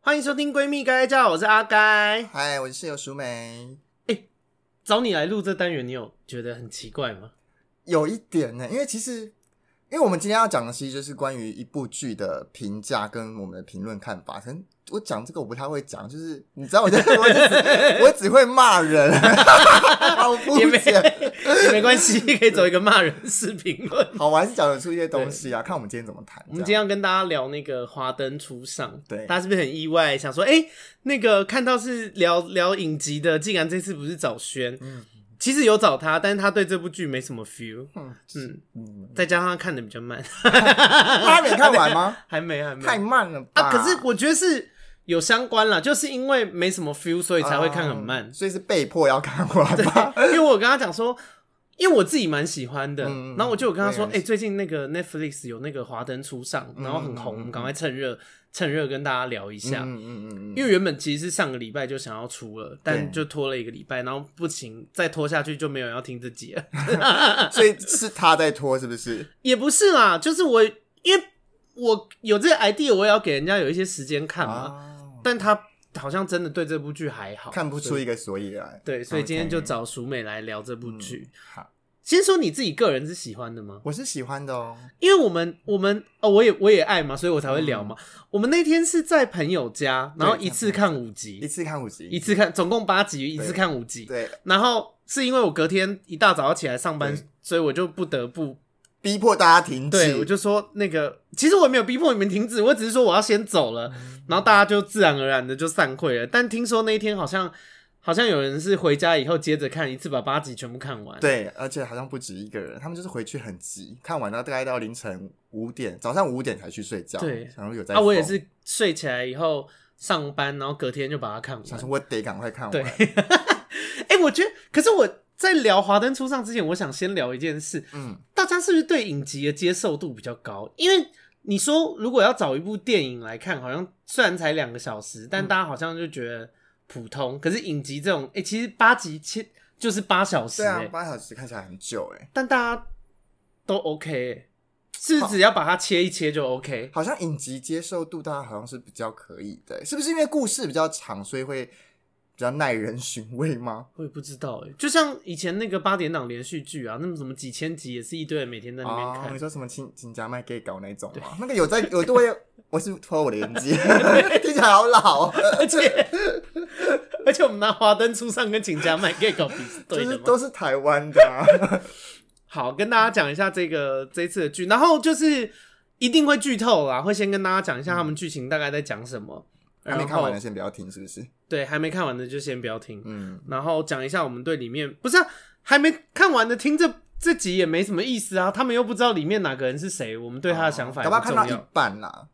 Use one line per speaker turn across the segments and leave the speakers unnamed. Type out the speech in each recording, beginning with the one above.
欢迎收听《闺蜜该叫》，我是阿该。
嗨，我是室友淑美。
找你来录这单元，你有觉得很奇怪 吗？
有一点呢，因为其实，因为我们今天要讲的其实就是关于一部剧的评价跟我们的评论看法。可能我讲这个我不太会讲，就是 你知道我在，我就只我只会骂人， 好肤
也没
浅。
也没关系，可以走一个骂人式评论。
好，我还是讲得出一些东西啊，看我们今天怎么谈。
我们
这
今天
样
要跟大家聊那个《华灯初上》，
对
大家是不是很意外？想说，哎、那个看到是聊聊影集的，竟然这次不是找轩，
嗯
其实有找他，但是他对这部剧没什么 feel，
嗯
嗯，
嗯，
再加上他看的比较慢，
他还没看完吗？
还没 还没
太慢了吧？
啊，可是我觉得是有相关啦，就是因为没什么 feel，所以才会看很慢。
啊所以是被迫要看完吧？
因为我跟他讲说，因为我自己蛮喜欢的，
嗯嗯嗯
然后我就有跟他说，
我
哎、
也是
最近那个 Netflix 有那个《华灯初上》，然后很红，
嗯嗯嗯
我们赶快趁热趁热跟大家聊一下。
嗯嗯嗯
因为原本其实是上个礼拜就想要出了，但
对
就拖了一个礼拜，然后不行，再拖下去就没有人要听这集了。
嗯，所以是他在拖，是不是？
也不是啦，就是我因为我有这个 idea，我也要给人家有一些时间看嘛。
啊，
但他好像真的对这部剧还好，
看不
所
出
以
一个所以来。
对，所以今天就
OK 嗯
找淑美来聊这部剧。
好，
先说你自己个人是喜欢的吗？
我是喜欢的哦。
因为我们我们哦，我也我也爱嘛，所以我才会聊嘛。
嗯
我们那天是在朋友家，然后一次看五
一
集，
次看五集，
一次看总共八集，一次
对
看五集。
对，
然后是因为我隔天一大早要起来上班
对，
所以我就不得不
逼迫大家停止。
对我就说那个，其实我也没有逼迫你们停止，我只是说我要先走了，
嗯
然后大家就自然而然的就散会了。但听说那一天好像好像有人是回家以后接着看一次把八集全部看完，
对，而且好像不止一个人，他们就是回去很急，看完到大概到凌晨五点，早上五点才去睡觉。
对
想说有在
啊，我也
疯，
是睡起来以后上班，然后隔天就把它看完
想。说我得赶快看
对，
完。
哎、我觉得，可是我在聊《华灯初上》之前，我想先聊一件事，
嗯，
大家是不是对影集的接受度比较高？因为你说如果要找一部电影来看，好像虽然才两个小时，
嗯
但大家好像就觉得普通。可是影集这种，哎、其实八集其 就是八小时、
对啊
欸，，
八小时看起来很久哎，
但大家都 OK，、欸、是不是只要把它切一切就 OK？
好像影集接受度大家好像是比较可以的，欸是不是因为故事比较长，所以会比较耐人寻味吗？
我也不知道哎、欸就像以前那个八点档连续剧啊，那么什么几千集也是一堆人每天在那边
哦
看，
你说什么请请假卖 gay 搞那种吗？那个有在有对，我是偷我的年纪， 听起来好老 哦。
而且而且我们拿华灯初上跟请家卖 gay 搞比是对
就
的
是都
吗？
是台湾 的、啊，
好，跟大家讲一下这个这一次的剧，然后就是一定会剧透啦，会先跟大家讲一下他们剧情大概在讲什么。
嗯还
然后
没看完的先不要听，是不是？
对，还没看完的就先不要听，
嗯，
然后讲一下我们对里面不是、啊、还没看完的听这这集也没什么意思啊，他们又不知道里面哪个人是谁，我们对他的想法也
哦搞不好
不
看
重
到一
要。
半啦。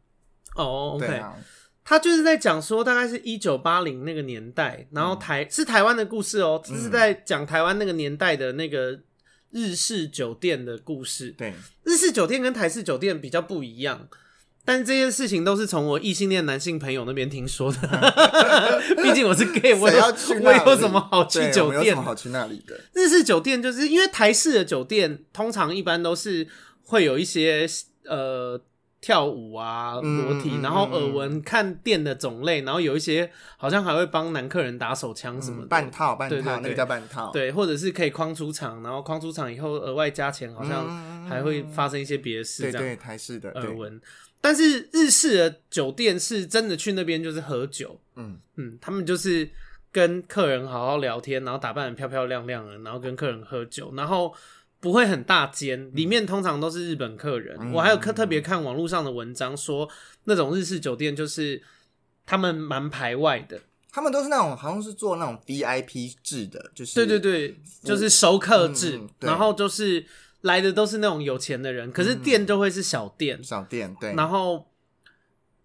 哦，OK、
对啊，
他就是在讲说，大概是一九八零那个年代，然
嗯
后台、是台湾的故事哦，这是在讲台湾那个年代的那个日式酒店的故事。
对，
日式酒店跟台式酒店比较不一样，但这些事情都是从我异性恋男性朋友那边听说 的。毕竟我是 gay，我
谁
有
要去那
我
里
有什么好去
对
酒
我们有
店
什么？好去那里的？
日式酒店就是因为台式的酒店通常一般都是会有一些呃跳舞啊、
嗯
裸体，
嗯
然后
嗯
耳闻看店的种类，然后有一些好像还会帮男客人打手枪什么的。
嗯半套，半
对对
套，那
对
个叫半套。
对，或者是可以框出场，然后框出场以后额外加钱，好像
嗯
还会发生一些别的事
对
这样。呃
对，台式的，
耳
对，
闻。但是日式的酒店是真的去那边就是喝酒，
嗯，
嗯，他们就是跟客人好好聊天，然后打扮得漂漂亮亮的，然后跟客人喝酒，然后不会很大间，里面通常都是日本客人。
嗯
我还有特特别看网络上的文章说，那种日式酒店就是他们蛮排外的，
他们都是那种好像是做那种 VIP 制的，就是
对对对，就是熟客制，
嗯嗯对
然后就是来的都是那种有钱的人，可是
嗯
店就会是小店，
小店，对，
然后，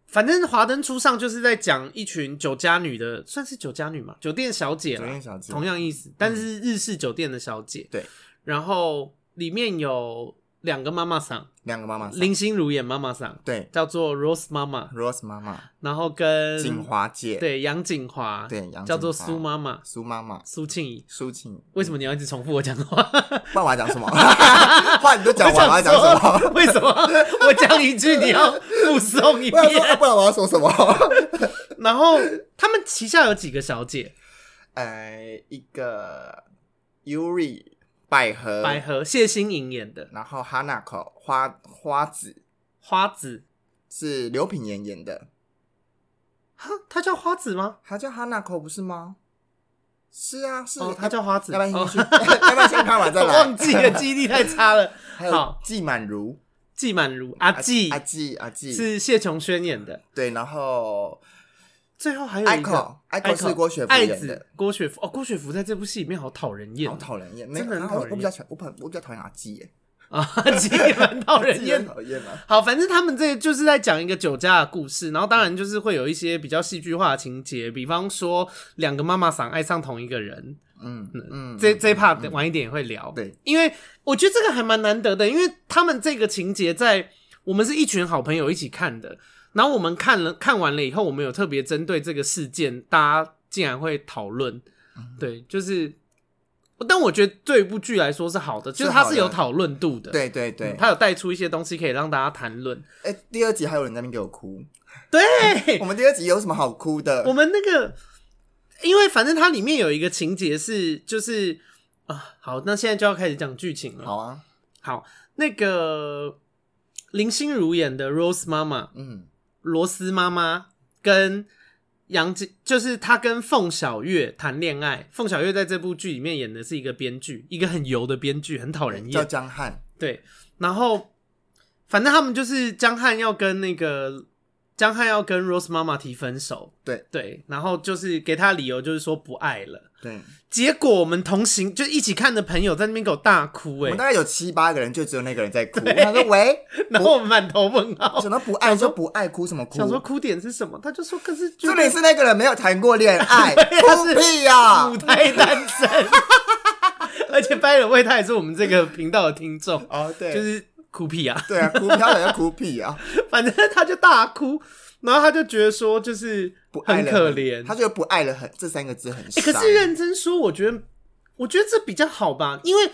反正《华灯初上》就是在讲一群酒家女的，算是酒家女嘛，酒店小姐
酒
啦
店，小姐，嗯
同样意思，但是日式酒店的小姐。
对，
然后里面有两个妈妈桑，
两个妈妈，
林心如演妈妈桑，
对
叫做 Rose 妈妈，
，Rose 妈妈，
然后跟
锦华姐，
嗯对杨景华，
对杨景华嗯
叫做苏妈妈，
苏妈妈，
苏庆怡。
苏晴，
为什么你要一直重复我讲的话？
不然我要讲什么？ 话你都讲完，我要讲 什么？
么？为什么我讲一句你要附送一
我想说，
遍？
啊、不然我要说什么？
然后他们旗下有几个小姐，
呃，一个 Yuri 百合，
百合、谢欣颖演的，
然后 Hanako 花花子
花子，
是刘品言演的，
哈，她叫花子吗？
她叫 Hanako 不是吗？是啊，是
哦，她叫花子，
要不然
哦
先去， 要不然先看完再
我
来。
忘记了，记忆力太差了。
还有
好
季满如，
季满如阿季
阿季阿季
是谢琼轩演的，
对，然后
最后还有一个
Ico Ico 是郭雪芙
爱
演的
子，郭雪芙哦，郭雪芙在这部戏里面好讨人厌
好讨人厌，没
真的很
有，啊
讨
我
人
我比
厌
较喜欢我很我比较讨厌阿季耶，
啊，季蛮 讨人
季很
厌。
讨厌嘛。
好，反正他们这就是在讲一个酒家的故事，然后当然就是会有一些比较戏剧化的情节，比方说两个妈妈桑爱上同一个人，
嗯嗯，
这这一 part 晚一点也会聊。
对，
因为我觉得这个还蛮难得的，因为他们这个情节在我们是一群好朋友一起看的，然后我们看了看完了以后，我们有特别针对这个事件，大家竟然会讨论。
嗯
对，就是，但我觉得对一部剧来说是好的，就是它是有讨论度的。
对对对
嗯，它有带出一些东西可以让大家谈论。
哎，第二集还有人在那边给我哭，
对，
我们第二集有什么好哭的
哎我？们那个，因为反正它里面有一个情节是，就是啊，好，那现在就要开始讲剧情了。
好啊，
好，那个林心如演的 Rose 妈妈，
嗯
罗斯妈妈跟杨景，就是她跟凤小岳谈恋爱。凤小岳在这部剧里面演的是一个编剧，一个很油的编剧，很讨人
叫
厌。
江汉，
对，然后反正他们就是江汉要跟那个江汉要跟 Rose 妈妈提分手，
对
对，然后就是给他理由就是说不爱了。
对，
结果我们同行就一起看的朋友在那边给我大哭、
我
欸，
们大概有七八个人，就只有那个人在哭。他说：“喂，
然后我满头问号，
什么不爱就不爱，哭什么哭
哦想？说哭点是什么，他就说可是就
重点是那个人没有谈过恋 爱，
他
哭
是
屁呀
母！胎单身， 而且拜了位他也是我们这个频道的听众，
哦，对，
就是哭屁啊，
对啊，哭屁，他要哭屁啊！
反正他就大哭，然后他就觉得说就是
不爱
很
了
可怜，
他觉得不爱了很这三个字很
欸
伤。
可是认真说，我觉得，我觉得这比较好吧，因为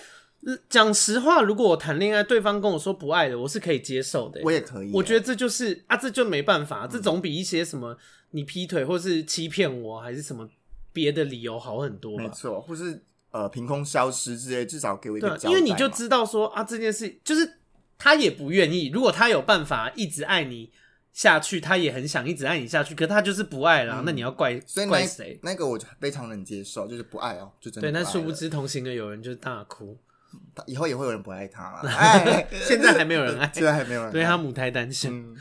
呃讲实话，如果我谈恋爱，对方跟我说不爱了，我是可以接受的欸、
我也可以，
我觉
得
得这就是啊，这就没办法，这总比一些什么你劈腿或是欺骗我，还是什么别的理由好很多
没
吧。
错，或是呃凭空消失之类，至少给我一
对
个
啊，
交代
因
嘛。
为你就知道说啊，这件事就是他也不愿意。如果他有办法一直爱你下去，他也很想一直爱你下去，可他就是不爱了啊、那你要怪
嗯所以那
怪谁？
那个我就非常能接受，就是不爱哦，就真的
对，
不
但
爱了。
殊不知同行的有人就是大哭，
他以后也会有人不爱 他了。哎，
现在还没有人 爱。
现在还没有人爱
对他母胎单身，
嗯，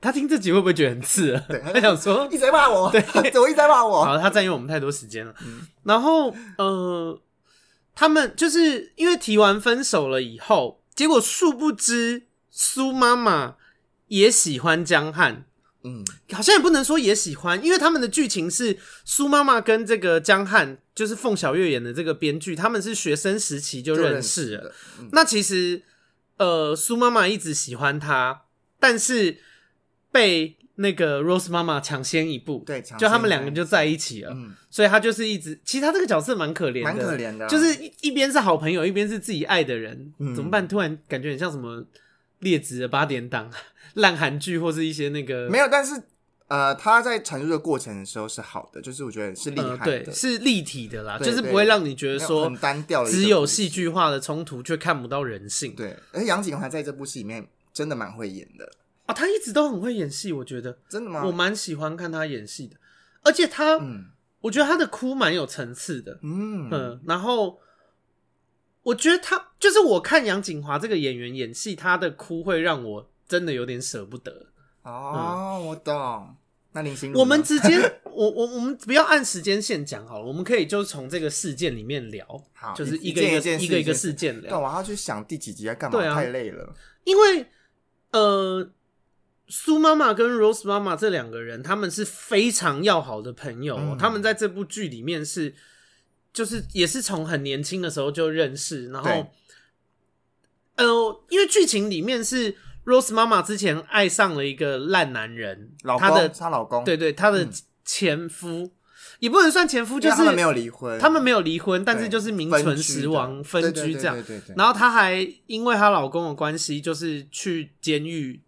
他听这集会不会觉得很刺耳？
对他
他想说
一，直在骂我， 对，我一直在骂我。
好，他占用我们太多时间了。
嗯
然后，呃，他们就是因为提完分手了以后，结果殊不知苏妈妈也喜欢江汉，
嗯，
好像也不能说也喜欢，因为他们的剧情是苏妈妈跟这个江汉，就是凤小岳演的这个编剧，他们是学生时期就
就
认
认
识了。
的。嗯
那其实，呃，苏妈妈一直喜欢他，但是被那个 Rose 妈妈抢先一步，
对抢先
就他们两个就在一起了，
嗯，
所以他就是一直，其实他这个角色蛮可怜的，
蛮可怜的啊，
就是一一边是好朋友，一边是自己爱的人，
嗯
怎么办？突然感觉很像什么劣质的八点档、 烂韩剧或是一些那个
没有，但是呃，他在阐述的过程的时候是好的，就是我觉得是厉
呃，
害的
对，，是立体的啦，
对
就是
对
不会让你觉
没
得
有
说
很单调的一个故事，
只有戏剧化的冲突，却看不到人性。
对，而且杨景华在这部戏里面真的蛮会演的，
啊，他一直都很会演戏，我觉得。
真的吗？
我蛮喜欢看他演戏的，而且他，
啊嗯
我觉得他的哭蛮有层次的，
嗯
嗯，然后我觉得他就是我看杨景华这个演员演戏，他的哭会让我真的有点舍不得。
哦，我懂。那林心如呢，
我们直 接，我我我们不要按时间线讲好了，我们可以就是从这个事件里面聊，
好
就是
一
一个个
一件一件事
一个
一件事
事件
对，
聊，
我还要去想第几集要干嘛，
对啊
太累了。
因为呃。苏妈妈跟 Rose 妈妈这两个人，他们是非常要好的朋友、哦
嗯
他们在这部剧里面是，就是也是从很年轻的时候就认识，然
对
后，呃，因为剧情里面是 Rose 妈妈之前爱上了一个烂男人，
老公，
她的
她老公，
对对她的
嗯
前夫、也不能算前夫，
因
就
为
是
他们没有离婚，
他们没有离婚，但是
对
就是名
分
存
居
实
的
亡，分居这样。
对对对对对
然后她还因为她老公的关系，就是去监狱，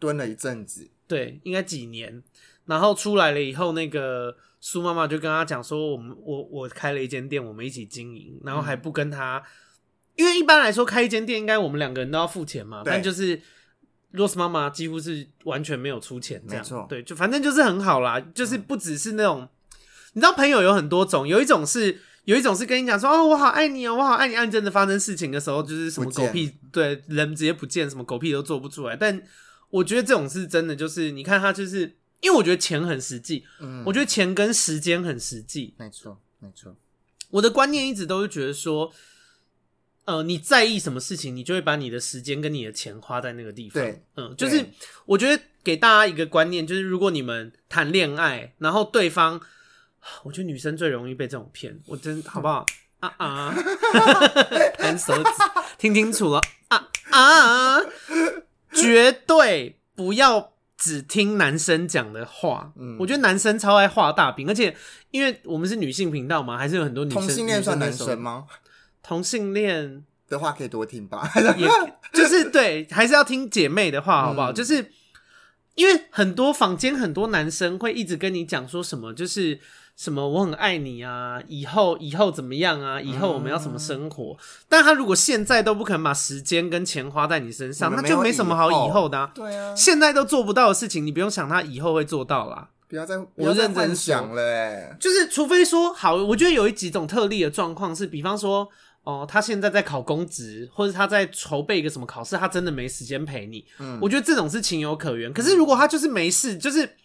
蹲了一阵子，
对，应该几年。然后出来了以后，那个苏妈妈就跟他讲说，我们我我开了一间店，我们一起经营，然后还不跟他，因为一般来说开一间店应该我们两个人都要付钱嘛，
对
但就是 Rose 妈妈几乎是完全没有出钱，这
没错嗯
样对，就反正就是很好啦，就是不只是那种，你知道朋友有很多种，有一种是。有一种是跟你讲说哦，我好爱你哦，我好爱你。按真的发生事情的时候，就是什么
不
狗
见
屁，对人直接不见，什么狗屁都做不出来。但我觉得这种是真的，就是你看他就是，因为我觉得钱很实际，
嗯，
我觉
得
得钱跟时间很实际。
没错，没错，
我的观念一直都是觉得说，呃，你在意什么事情，你就会把你的时间跟你的钱花在那个地方。
对，
嗯，就是
对
我觉得给大家一个观念，就是如果你们谈恋爱，然后对方，我觉得女生最容易被这种骗，我真好不好？啊啊， 弹手指，听清楚了，啊啊，绝对不要只听男生讲的话。
嗯
我觉得男生超爱画大饼，而且因为我们是女性频道嘛，还是有很多女生
同性恋算男
女
生
生？
吗？
同性恋
的话可以多听 吧。
也就是对，还是要听姐妹的话，好不好？
嗯
就是因为很多坊间很多男生会一直跟你讲说什么，就是什么我很爱你啊，以后以后怎么样啊，以后我们要怎么生
嗯
活？但他如果现在都不肯把时间跟钱花在你身上，
你
那
们
就
没
没
有
什
以
么好以
后
后的、啊。
对啊，
现在都做不到的事情，你不用想他以后会做到啦。
不要再不要再
认真
幻想了、欸，
就是除非说好，我觉得有一几种特例的状况是，比方说，哦、他现在在考公职，或者他在筹备一个什么考试，他真的没时间陪你。
嗯
我觉得这种是情有可原。可是如果他就是没事，就是，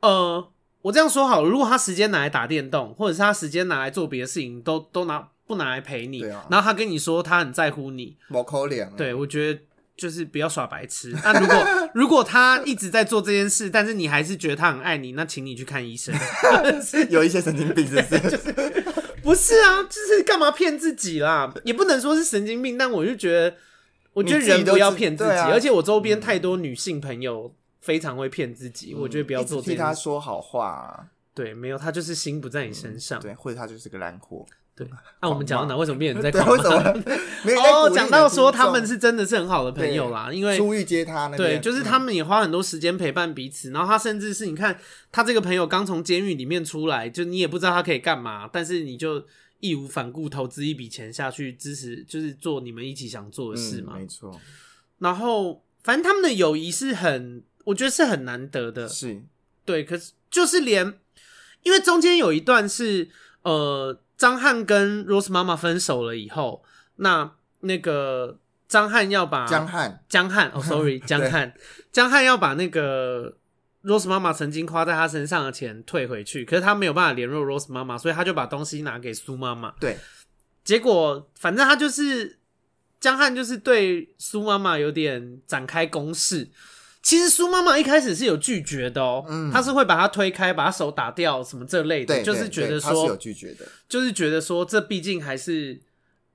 呃，我这样说好了，如果他时间拿来打电动，或者是他时间拿来做别的事情，都都拿不拿来陪你，
对啊嗯
然后他跟你说他很在乎你，
毛抠脸。，
对，我觉得就是不要耍白痴。那如果如果他一直在做这件事，但是你还是觉得他很爱你，那请你去看医 生。
有一些神经病是不是？
不是啊，就是干嘛骗自己啦？也不能说是神经病，但我就觉得，我觉得
你自己
人
都
不要
知
骗自己，
对啊
而且我周边太多女性朋友非常会骗自己，我觉得不要
嗯 一直
做这
替
件
他
事。
说好话啊、
对，没有，他就是心不在你身上。
对，或者他就是个烂货。
对，那、我们讲到哪？为什么变 成在
对，
狂
为什么
骂？
没有在鼓
哦，
励
讲
你
到
听
说他
众
们是真的是很好的朋友啦，因为
出狱接他那
对，
边嗯
就是他们也花很多时间陪伴彼此。然后他甚至是你看，他这个朋友刚从监狱里面出来，就你也不知道他可以干嘛，但是你就义无反顾投资一笔钱下去支持，就是做你们一起想做的事嘛。
嗯没错，
然后反正他们的友谊是很，我觉得是很难得的。
是
对，可是就是连，因为中间有一段是呃，张翰跟 Rose 妈妈分手了以后，那那个张翰要把
江汉
江汉 哦，sorry，江汉，江汉要把那个 Rose 妈妈曾经花在他身上的钱退回去，可是他没有办法联络 Rose 妈妈，所以他就把东西拿给苏妈妈。
对，
结果反正他就是江汉，就是对苏妈妈有点展开攻势。其实苏妈妈一开始是有拒绝的哦，
嗯
她是会把他推开，把他手打掉什么这类的，
对，
就是
对
觉
对
得
他是有
说，
拒绝的，
就是觉得说，这毕竟还是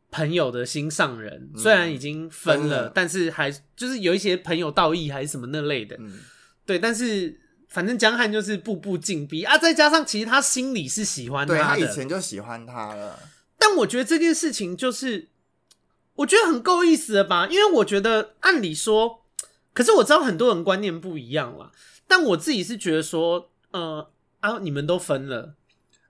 朋友的心上人，虽然已经分
嗯分
了，
了
但是还就是有一些朋友道义还是什么那类的，
嗯，
对，但是。反正江汉就是步步紧逼啊，再加上其实他心里是喜欢
对
他
他
的，
以前就喜欢他了，
但我觉得这件事情就是，我觉得很够意思了吧？因为我觉得按理说，可是我知道很多人观念不一样啦。但我自己是觉得说，呃啊，你们都分了，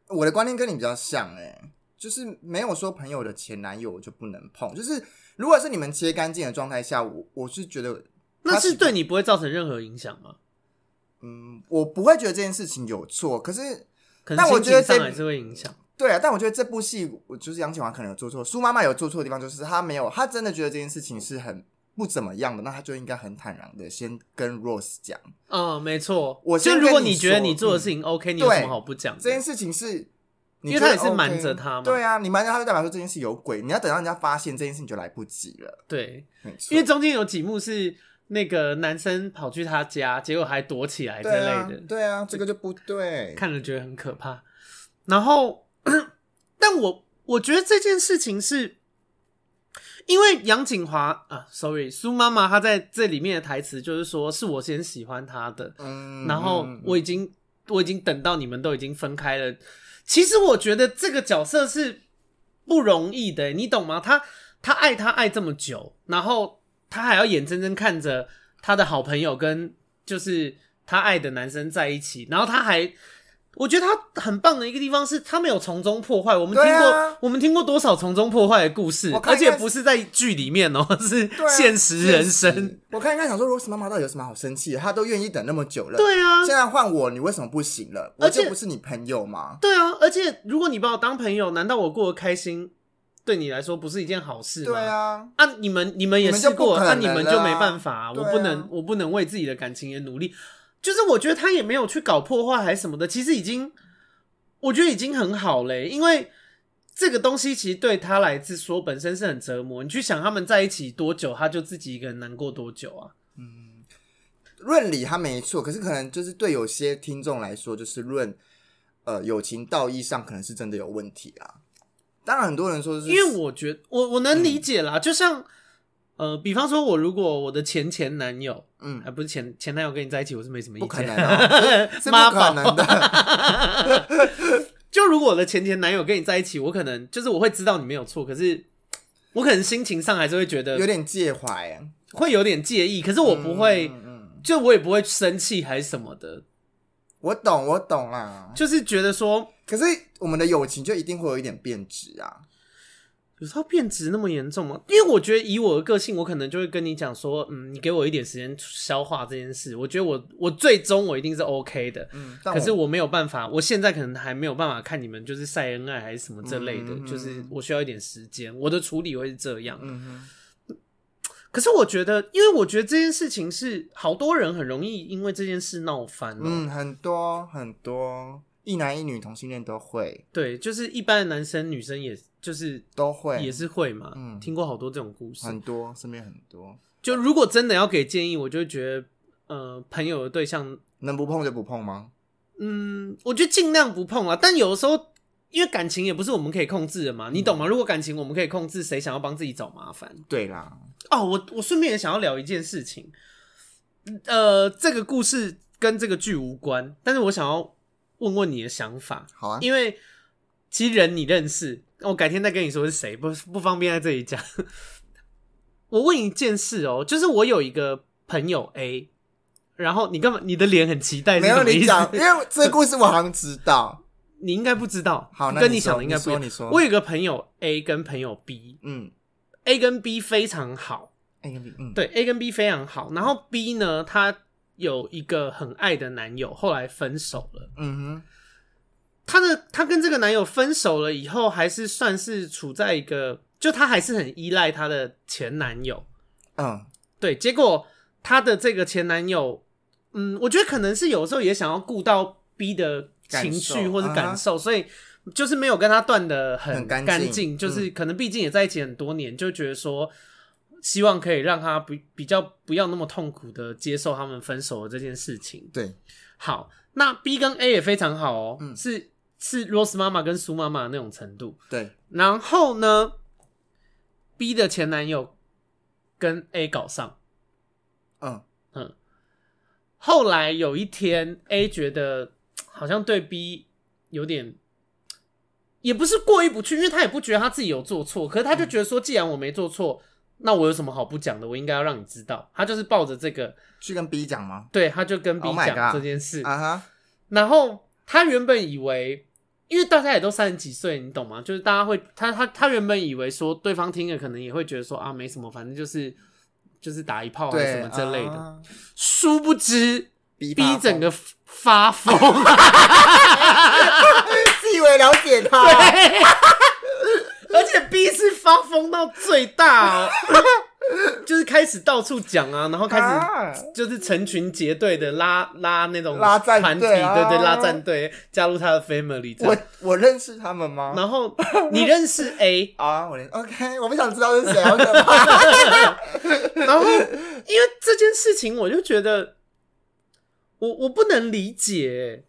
我的观念跟你比较像哎、就是没有说朋友的前男友我就不能碰，就是如果是你们切干净的状态下，我我是觉得
那
他
是
喜
对你不会造成任何影响吗？
嗯，我不会觉得这件事情有错，可是
可能
但我
心
觉得
情上
这
还是会影响。
对啊，但我觉得这部戏，我就是杨启华可能有做错，苏妈妈有做错的地方，就是她没有，她真的觉得这件事情是很不怎么样的，那她就应该很坦然的先跟 Rose 讲，
嗯，没错。
我
就
先
如果
跟你
你觉得
说嗯
你做的事情 OK，、你有
对
什么好不讲的？
这件事情是，你
因为她也
觉得
是瞒
OK
着她嘛
对啊，你瞒着她就代表说这件事有鬼，你要等到人家发现这件事情就来不及了，
对，
没错
因为中间有几幕是那个男生跑去他家，结果还躲起来之类
对啊
的。，
对啊，这个就不对，
看了觉得很可怕。然后，但我我觉得这件事情是，因为杨景华啊，sorry，苏妈妈她在这里面的台词就是说，是我先喜欢他的，
嗯，
然后
嗯
我已经我已经等到你们都已经分开了。其实我觉得这个角色是不容易的，欸你懂吗？他他爱他爱这么久，然后他还要眼睁睁看着他的好朋友跟就是她爱的男生在一起，然后她还。我觉得她很棒的一个地方是，她没有从中破坏。我们听
对啊
过，我们听过多少从中破坏的故事
我，看
而且
应该是
不是在剧里面哦，是
对啊
现实人生。。
我看看想说，罗斯妈妈到底有什么好生气的？她都愿意等那么久了。、
对啊，
现在换我，你为什么不行了？我
而且
就不是你朋友吗？
对啊，而且如果你把我当朋友，难道我过得开心，对你来说不是一件好事吗？
对，啊，
啊，你们你们也
你们
试
就不
过，
可
那、
能
你们
了
就
啊
没办法、啊，我
对
不
啊
能我不能为自己的感情也努力。就是我觉得他也没有去搞破坏还是什么的，其实已经我觉得已经很好嘞、因为这个东西其实对他来自说本身是很折磨。你去想他们在一起多久，他就自己一个人难过多久啊？
论理他没错，可是可能就是对有些听众来说，就是论呃友情道义上，可能是真的有问题啊。当然，很多人说是
因为我觉得我我能理解啦，就像呃，比方说我如果我的前前男友，
嗯
啊，不是前前男友跟你在一起，我是没什么意见。
不可能啊是不
妈
可
宝。
能的。
就如果我的前前男友跟你在一起，我可能就是我会知道你没有错，可是我可能心情上还是会觉
有
得
点介怀，
会有点介意，可是我不会，
嗯嗯嗯
就我也不会生气还是什么的，
我懂，我懂啦。
就是觉得说
可是我们的友情就一定会有一点变质啊。
有时候变质那么严重吗？因为我觉得以我的个性，我可能就会跟你讲说，嗯，你给我一点时间消化这件事，我觉得我我最终我一定是 OK 的，
嗯，但
可是我没有办法，我现在可能还没有办法看你们就是晒恩爱还是什么这类的，
嗯
就是我需要一点时间，我的处理会是这样。
嗯
可是我觉得，因为我觉得这件事情是好多人很容易因为这件事闹翻哦
哼
了、
嗯，很多很多一男一女同性恋都会
对，就是一般的男生女生也就是
都会
也是会嘛，
嗯
听过好多这种故事。
很多身边很多
就如果真的要给建议，我就会觉得，呃，朋友的对象，
能不碰就不碰吗？
嗯，我觉得尽量不碰啊。但有的时候。因为感情也不是我们可以控制的嘛，你
嗯
懂吗？如果感情我们可以控制，谁想要帮自己找麻烦？
对啦，
哦，我我顺便也想要聊一件事情，呃，这个故事跟这个剧无关，但是我想要问问你的想法，
好啊，
因为其实人你认识，我改天再跟你说是谁，不不方便在这里讲。 我问一件事哦，就是我有一个朋友 A，然后你干嘛？你的脸很期待是
没
什
有
么意思？
你讲，因为这个故事我好像知 道。
你应该不知道，
好，那
跟
你
想
说
的应该
你
不一
说
样。
你说，
我有一个朋友 A 跟朋友 B，A
嗯
跟 B 非常好，
，A 跟 B，嗯，
对 A 跟 B 非常好，然后 B 呢，她有一个很爱的男友，后来分手了。
嗯哼，
她的她跟这个男友分手了以后，还是算是处在一个，就她还是很依赖她的前男友。
嗯，
对，结果她的这个前男友，嗯，我觉得可能是有时候也想要顾到 B 的情
感
绪
受
或者感
啊
受，所以就是没有跟他断的很
很干净嗯
干净，就是可能毕竟也在一起很多年，就觉得说希望可以让他不比较不要那么痛苦的接受他们分手的这件事情。
对，
好，那 B 跟 A 也非常好哦，
嗯
是是 Rose 妈妈跟苏妈妈那种程度。
对，
然后呢，B 的前男友跟 A 搞上。
嗯，
后来有一天，A 觉得好像对 B 有点，也不是过意不去，因为他也不觉得他自己有做错，可是他就觉得说，既然我没做错，那我有什么好不讲的？我应该要让你知道。他就是抱着这个，
去跟 B 讲吗？
对，他就跟 B
Oh my
讲
God
这件事。
啊哈，
然后他原本以为，因为大家也都三十几岁，你懂吗？就是大家会，他他他原本以为说对方听了可能也会觉得说啊没什么，反正就是就是打一炮啊什
对，
么之类的。
啊
殊不知
B
逼
发疯
整个发疯，
自以为了解他， 啊
而且 B 是发疯到最大哦， 就是开始到处讲啊，然后开始
始
就是成群结队的拉拉那种
拉战队
团体，
啊
对对，拉战队加入他的 family 这样
我我认识他们吗？
然后你认识 A，
啊，我连 OK，我不想知道是谁，好可 怕。
然后因为这件事情，我就觉得我我不能理解，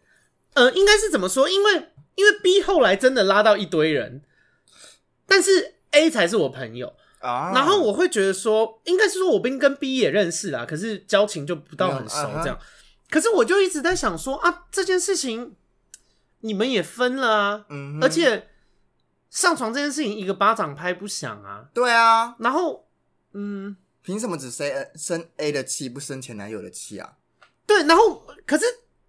呃，应该是怎么说？因为因为 B 后来真的拉到一堆人，但是 A 才是我朋友，
啊
然后我会觉得说，应该是说我跟跟 B 也认识啦，可是交情就不到很熟
没有啊哈
这样。可是我就一直在想说啊，这件事情你们也分了啊，
嗯哼，
而且上床这件事情一个巴掌拍不响啊，
对啊，
然后嗯。
呃凭什么只生生 A 的气，不生前男友的气啊？
对，然后可是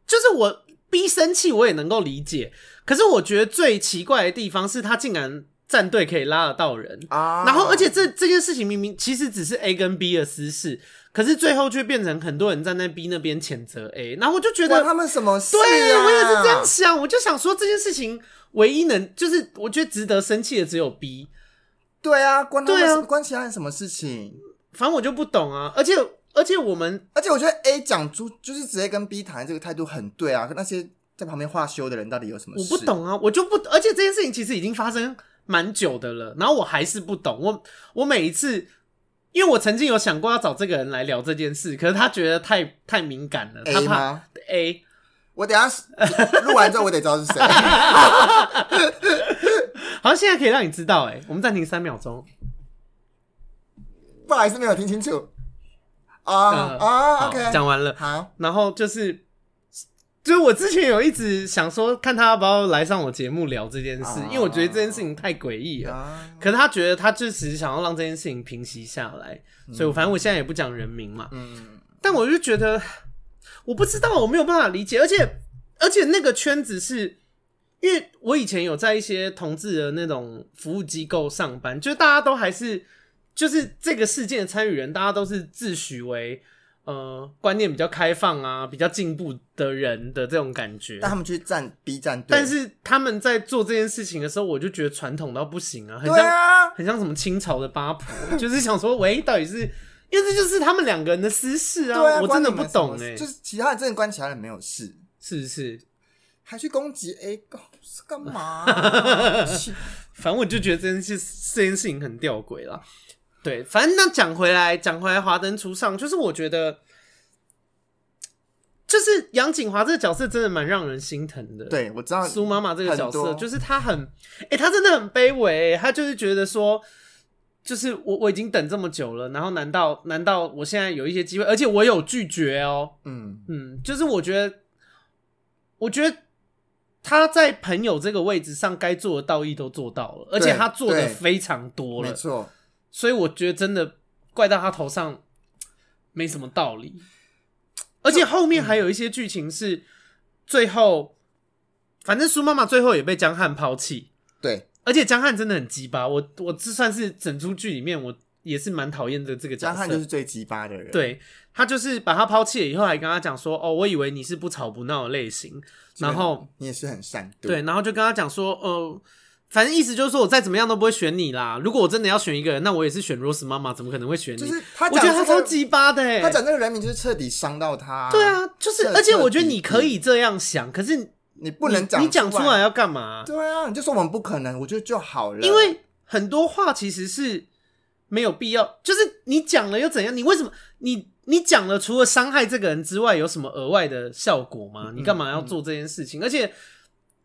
就是我逼生气，我也能够理解。可是我觉得最奇怪的地方是他竟然战队可以拉得到人，
啊
然后而且这这件事情明明其实只是 A 跟 B 的私事，可是最后却变成很多人站在 B 那边谴责 A，然后我就觉
关
得
他们什么事、啊？
对、我也是这样想，我就想说这件事情唯一能就是我觉得值得生气的只有 B，
对啊，关他们
对啊
什关其他人什么事情？
反正我就不懂啊，而且而且我们
而且我觉得 A 讲出就是直接跟 B 谈这个态度很对啊，跟那些在旁边画修的人到底有什么
我
事？
不，懂啊，我就不，而且这件事情其实已经发生蛮久的了，然后我还是不懂，我我每一次。因为我曾经有想过要找这个人来聊这件事，可是他觉得太太敏感了，他
A
怕
吗？
A，
我等一下录完之后我得知 道是谁。
好像现在可以让你知道哎、我们暂停三秒钟。
不好意思，没有听清楚。啊
嗯
啊
好
，OK，
讲完了。
好，
然后就是，就是我之前有一直想说，看他要不要来上我节目聊这件事，
啊
因为我觉得这件事情太诡异了。
啊
可是他觉得他就只是想要让这件事情平息下来，所以我反正我现在也不讲人名嘛。
嗯，
但我就觉得，我不知道，我没有办法理解，而且而且那个圈子是。因为我以前有在一些同志的那种服务机构上班，就大家都还是就是这个事件的参与人，大家都是自诩为呃观念比较开放啊、比较进步的人的这种感觉。
但他们去站 B 站队，
但是他们在做这件事情的时候，我就觉得传统到不行啊，很
对
像
啊，
很像什么清朝的八婆，就是想说，喂，到底是因为这就是他们两个人的私事啊，
对啊，
我真的
关你
不
们什么
懂哎、
事就是其他人真的关其他人没有事，
是不是？
还去攻击 A，搞是干嘛啊？气
反正我就觉得这件事这件事情很吊诡啦。对，反正那讲回来，讲回来，华灯初上，就是我觉得，就是杨景华这个角色真的蛮让人心疼的。，
对，我知道
苏妈妈这个角
很
色，
多
就是她很，哎、她真的很卑微、她就是觉得说，就是我我已经等这么久了，然后难道难道我现在有一些机会，而且我有拒绝哦、
嗯，
嗯，就是我觉得，我觉得他在朋友这个位置上该做的道义都做到了，而且他做的
对
非常多
没
了，
错。
所以我觉得真的怪到他头上没什么道理。而且后
嗯
面还有一些剧情是最后，反正苏妈妈最后也被江汉抛弃，
对，
而且江汉真的很鸡巴，我我这算是整出剧里面我也是蛮讨厌的这个角色。
江汉就是最鸡巴的人。，
对他就是把他抛弃了以后，还跟他讲说：“哦，我以为你是不吵不闹的类型。”然后
你也是啊很善妒。
对，然后就跟他讲说：“呃，反正意思就是说我再怎么样都不会选你啦。如果我真的要选一个人，那我也是选 Rose 妈妈，怎么可能会选你？”
就是他
我
讲
觉得他
这
超
个
鸡巴的、欸，
他讲这个人名就是彻底伤到他。
对，啊，就是，
彻
而且我觉得
彻底
你可以这样想，可是
你不能
你你讲
出啊
出来。要干嘛？
对啊，你就说我们不可能，我觉得就好了。
因为很多话其实是没有必要，就是你讲了又怎样？你为什么你你讲了，除了伤害这个人之外，有什么额外的效果吗？你
嗯
干嘛要做这件事情？而且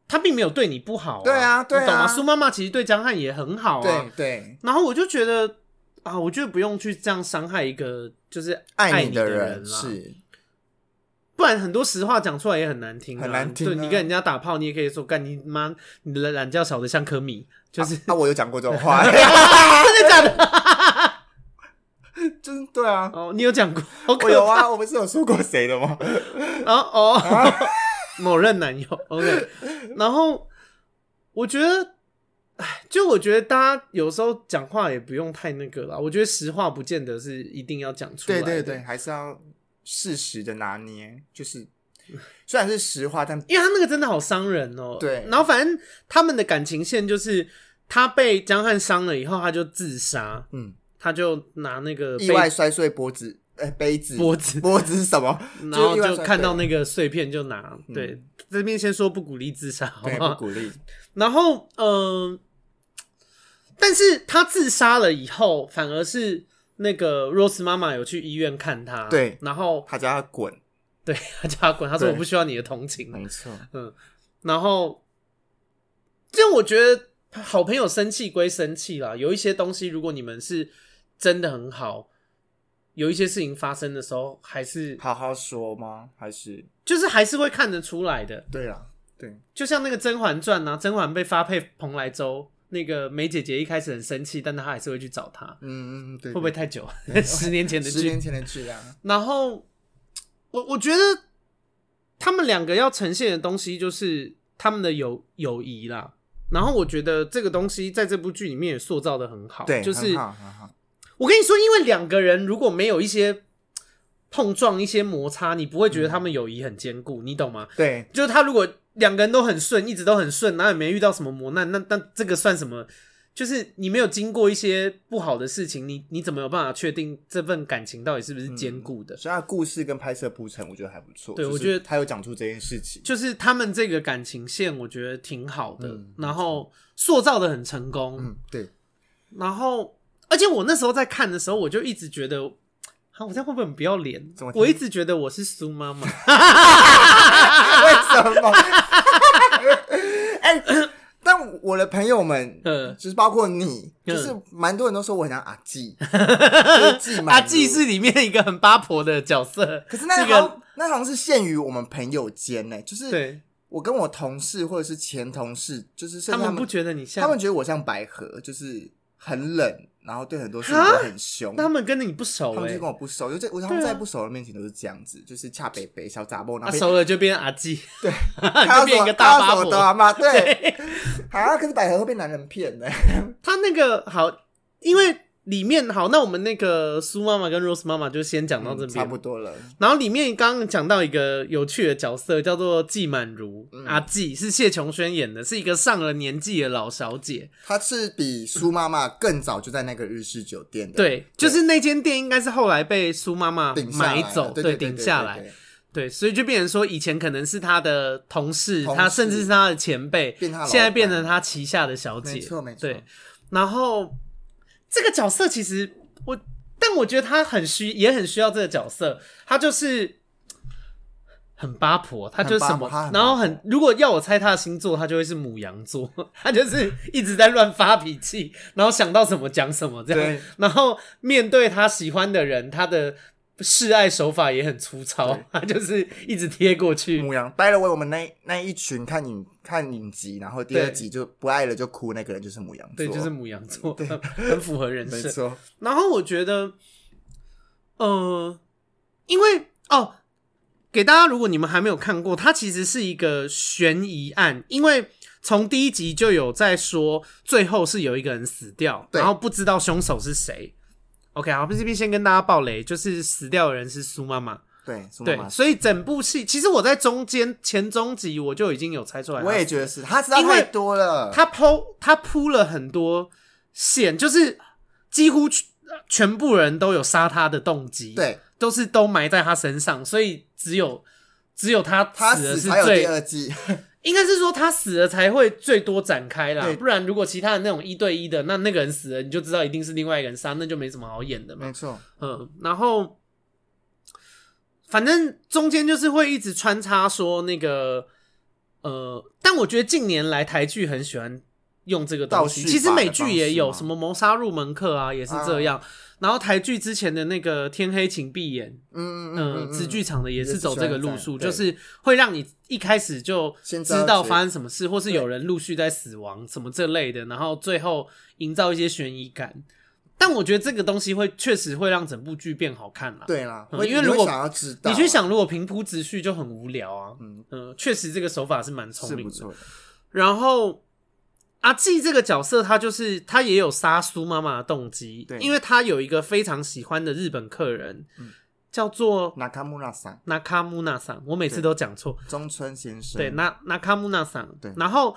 他并没有对你不好、啊，
对啊对啊
你懂吗？苏妈妈其实对江汉也很好啊
对。对，
然后我就觉得啊，我觉得不用去这样伤害一个就是
爱
你
的
人啦，
是
不然很多实话讲出来也很难听、啊，
很难听啊
对你跟人家打炮，你也可以说干你妈，你的懒觉少的像颗米，就是、
啊，我有讲过这种话，
真的假的？
就是对啊，
哦，你有讲 过，好可
我有啊，我不是有说过谁的吗？
然后哦，
啊
某任男友，OK，然后我觉得，哎，就我觉得大家有时候讲话也不用太那个啦。我觉得实话不见得是一定要讲 出来
对
的，
对对，，还是要适时的拿捏，就是虽然是实话，但
因为他那个真的好伤人哦、
对
然后反正他们的感情线就是他被江汉伤了以后，他就自杀，
嗯，
他就拿那个
意外
杯
摔碎脖子，哎，杯子，
脖子
脖子是什么？
然后
是意外
就
摔
看到
对嗯
那个碎片就拿，对，这边先说不鼓励自杀，好
对
不
不
好？
鼓励，
然后，嗯、但是他自杀了以后，反而是那个 Rose 妈妈有去医院看他，
对
然后
他叫他滚，
对他叫他滚，他说
对
我不需要你的同情，
没错，
嗯，然后，就我觉得好朋友生气归生气啦，有一些东西如果你们是真的很好，有一些事情发生的时候，还是
好好说吗？还是
就是还是会看得出来的，
对啦，对，
就像那个《甄嬛传》啊，甄嬛被发配蓬莱州，那个梅姐姐一开始很生气，但她还是会去找她，
嗯嗯，对，
会不会太久？十年前的
十
剧哦
年。前的剧啊？
然后我我觉得他们两个要呈现的东西就是他们的友友谊啦。然后我觉得这个东西在这部剧里面也塑造的很好，
对，
就是
很好很好
我跟你说，因为两个人如果没有一些碰撞、一些摩擦，你不会觉得他们友谊很坚固，你懂吗？
对
就是他如果两个人都很顺，一直都很顺，然后也没遇到什么磨难，那那这个算什么？就是你没有经过一些不好的事情，你你怎么有办法确定这份感情到底是不是坚固的？
所以他的故事跟拍摄铺陈，我觉得还不错。
对
就是
我觉得
他有讲出这件事情。
就是他们这个感情线，我觉得挺好的，
嗯
然后塑造的很成功，
嗯， 对，
然后而且我那时候在看的时候，我就一直觉得，啊，我这样会不会很不要脸
怎么？听
我一直觉得我是苏妈 妈，
为什么？哎、但我的朋友们，
嗯
就是包括你，
嗯
就是蛮多人都说我很像阿 纪，就是纪满
阿
如
纪，啊是里面一个很八婆的角色，
可是那
这
好
个
像那好像是限于我们朋友间呢、就是
对
我跟我同事或者是前同事，就是甚
他
至他
们不
们
觉得你像，
他们觉得我像百合，就是很冷，然后对很多事情都很凶。
那他们跟你不熟
他们
哎、
就跟
欸，
我不熟，就这我他们在不熟的面前都是这样子，就是恰北北小杂波，然
啊
后被
熟了就变阿纪， 对，
看
就
到什
变一
么
个
看
大
到
八
什么都
婆。
阿妈，对
对，
啊，可是百合会被男人 骗的，
他那个好，因为里面好，那我们那个苏妈妈跟 Rose 妈妈就先讲到这
嗯差
边。
不多了。
然后里面刚刚讲到一个有趣的角色，叫做季满如、
嗯
阿季，是谢琼轩演的，是一个上了年纪的老小姐。
她是比苏妈妈更早就在那个日式酒店的，，
对，就是那间店应该是后来被苏妈妈
顶下来
买
了
走，
对对
顶下来。，对，所以就变成说，以前可能是他的同事，
同
他
事
甚至是他的前辈，
变他老板
现在变成他旗下的小姐，
没错没错
对，然后这个角色其实我，但我觉得他很需，也很需要这个角色，他就是很八婆，他就是什
很八
么
婆他，很
然后
八
很，如果要我猜他的星座，他就会是母羊座，他就是一直在乱发脾气，然后想到什么讲什么这样
对，
然后面对他喜欢的人，他的示爱手法也很粗糙，他就是一直贴过去。
母羊。by the way，我们那那一群看影看影集，然后第二
对
集就不爱了就哭，那个人就是母羊座，
对，就是母羊座， 很符合人
没
设。
错，
然后我觉得，呃，因为哦，给大家，如果你们还没有看过，它其实是一个悬疑案，因为从第一集就有在说，最后是有一个人死掉，
对
然后不知道凶手是谁。OK，好，这边先跟大家爆雷，就是死掉的人是苏妈妈。
对苏妈
对，
妈，
所以整部戏其实我在中间前中集我就已经有猜出来，
我也觉得是，她知道
因为
太多了，
他铺他铺了很多线，就是几乎全全部人都有杀他的动机，，
对
都是都埋在他身上，所以只有只有他
她
死了
死
是
才有第
最，
二季，
应该是说他死了才会最多展开啦
对，
不然如果其他的那种一对一的，那那个人死了你就知道一定是另外一个人杀，那就没什么好演的嘛
没，错，
嗯，然后反正中间就是会一直穿插说那个呃，但我觉得近年来台剧很喜欢用这个东西，
倒叙
其实
法的
美剧
方
也
式
有
吗
什么谋杀入门课啊，也是这样。然后台剧之前的那个《天黑请闭眼》，
嗯嗯
嗯，
嗯，
直剧场的也是
是
走
喜
这
欢
个
这
路
样
数，
对
就是会让你一开始就
先
知
知道
道
结
发生什么事，或是有
对
人陆续在死亡什么这类的，然后最后营造一些悬疑感。但我觉得这个东西会确实会让整部剧变好看啦。
对啦，
嗯
会
因为
你
如
会
果
想要知道，啊
你去想，如果平铺直叙就很无聊啊。嗯
嗯
确实这个手法是蛮聪
是
明
不
的。
错的，
然后阿纪这个角色，他就是他也有杀苏妈妈的动机，
对嗯
因为他有一个非常喜欢的日本客人，叫做
那卡穆拉桑。
Nakamuna 桑，我每次都讲错。
中村先生，
对，那 Nakamuna 桑，
对
然后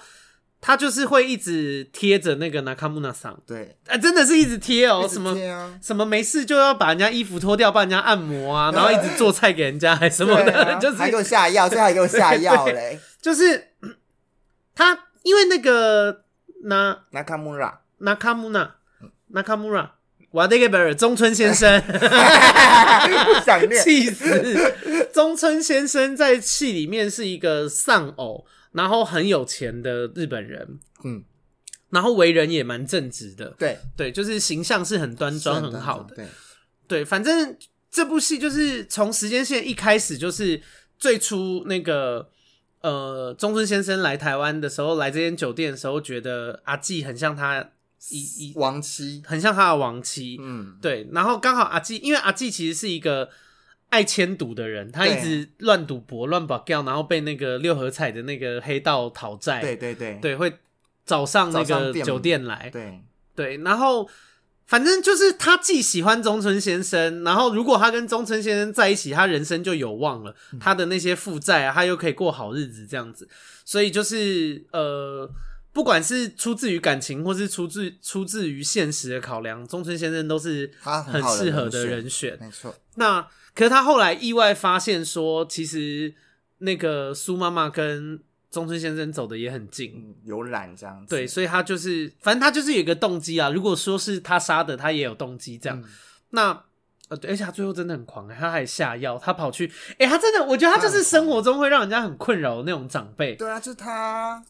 他就是会一直贴着那个 Nakamuna 桑，
对，
啊，真的是一直贴哦，
一直
什么
贴啊
什么没事就要把人家衣服脱掉，帮人家按摩 啊，然后一直做菜给人家，还什么
对
的，
啊
就是
还给我下药，这还给我下药 嘞。
就是嗯他，因为那个那
那卡穆拉，
Nakamuna Nakamura 瓦德 e 贝尔中村先 生，
不想念，
气死！中村先生在戏里面是一个丧偶，然后很有钱的日本人，
嗯，
然后为人也蛮正直的，
对，
对，就是形象是很端庄、很好的。
对，
对，反正这部戏就是从时间线一开始，就是最初那个呃，中村先生来台湾的时候，来这间酒店的时候，觉得阿纪很像他一一
亡妻，
很像他的亡妻，
嗯，
对，然后刚好阿纪，因为阿纪其实是一个爱迁赌的人，他一直乱赌博、乱保掉，然后被那个六合彩的那个黑道讨债，
对对对
哎对，会找上那
找上
个
店门
酒店来，
对
对，然后反正就是他既喜欢中村先生，然后如果他跟中村先生在一起，他人生就有望了，
嗯
他的那些负债啊，他又可以过好日子这样子。所以就是呃，不管是出自于感情，或是出自出自于现实的考量，中村先生都是
他
很
很好的
适合
人
的
选
人选。
没错，
那可是他后来意外发现说，其实那个苏妈妈跟中村先生走的也很近，
嗯，有染这样子，
对，所以他就是，反正他就是有一个动机啊。如果说是他杀的，他也有动机这样。
嗯
那呃，对而且他最后真的很狂、欸他还下药，他跑去，哎、他真的，我觉得他
他
就
很
是生活中会让人家很困扰的那种长辈。
对啊，就是他，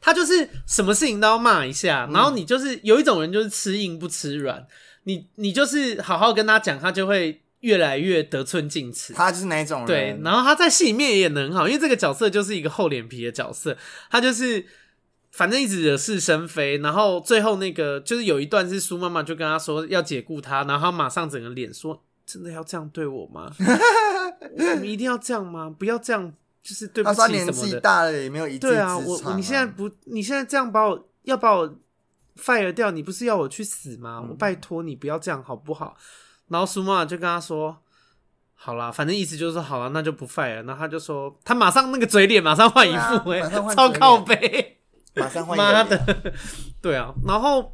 他就是什么事情都要骂一下，
嗯
然后你就是有一种人就是吃硬不吃软，你你就是好好跟他讲，他就会越来越得寸进尺。
他就是哪一种人，
对，然后他在戏里面也演的很好，因为这个角色就是一个厚脸皮的角色，他就是反正一直惹是生非，然后最后那个就是有一段是苏妈妈就跟他说要解雇他，然后他马上整个脸说：“真的要这样对我 吗？我们一定要这样吗？不要这样，就是对不
他说他
起
年
什么
纪
的。”
大了也没有一技
对
之
啊，
长、
我我你现在不，你现在这样把我要把我 fire 掉，你不是要我去死吗？
嗯
我拜托你不要这样好不好？然后苏妈妈就跟他说。好啦，反正意思就是说好了，那就不 fire 了。然后他就说，他马上那个嘴脸马上换一副、欸，
对啊马
哎、
上换
超
嘴脸
靠背，
啊马上换一
妈
个脸，
的，对啊。然后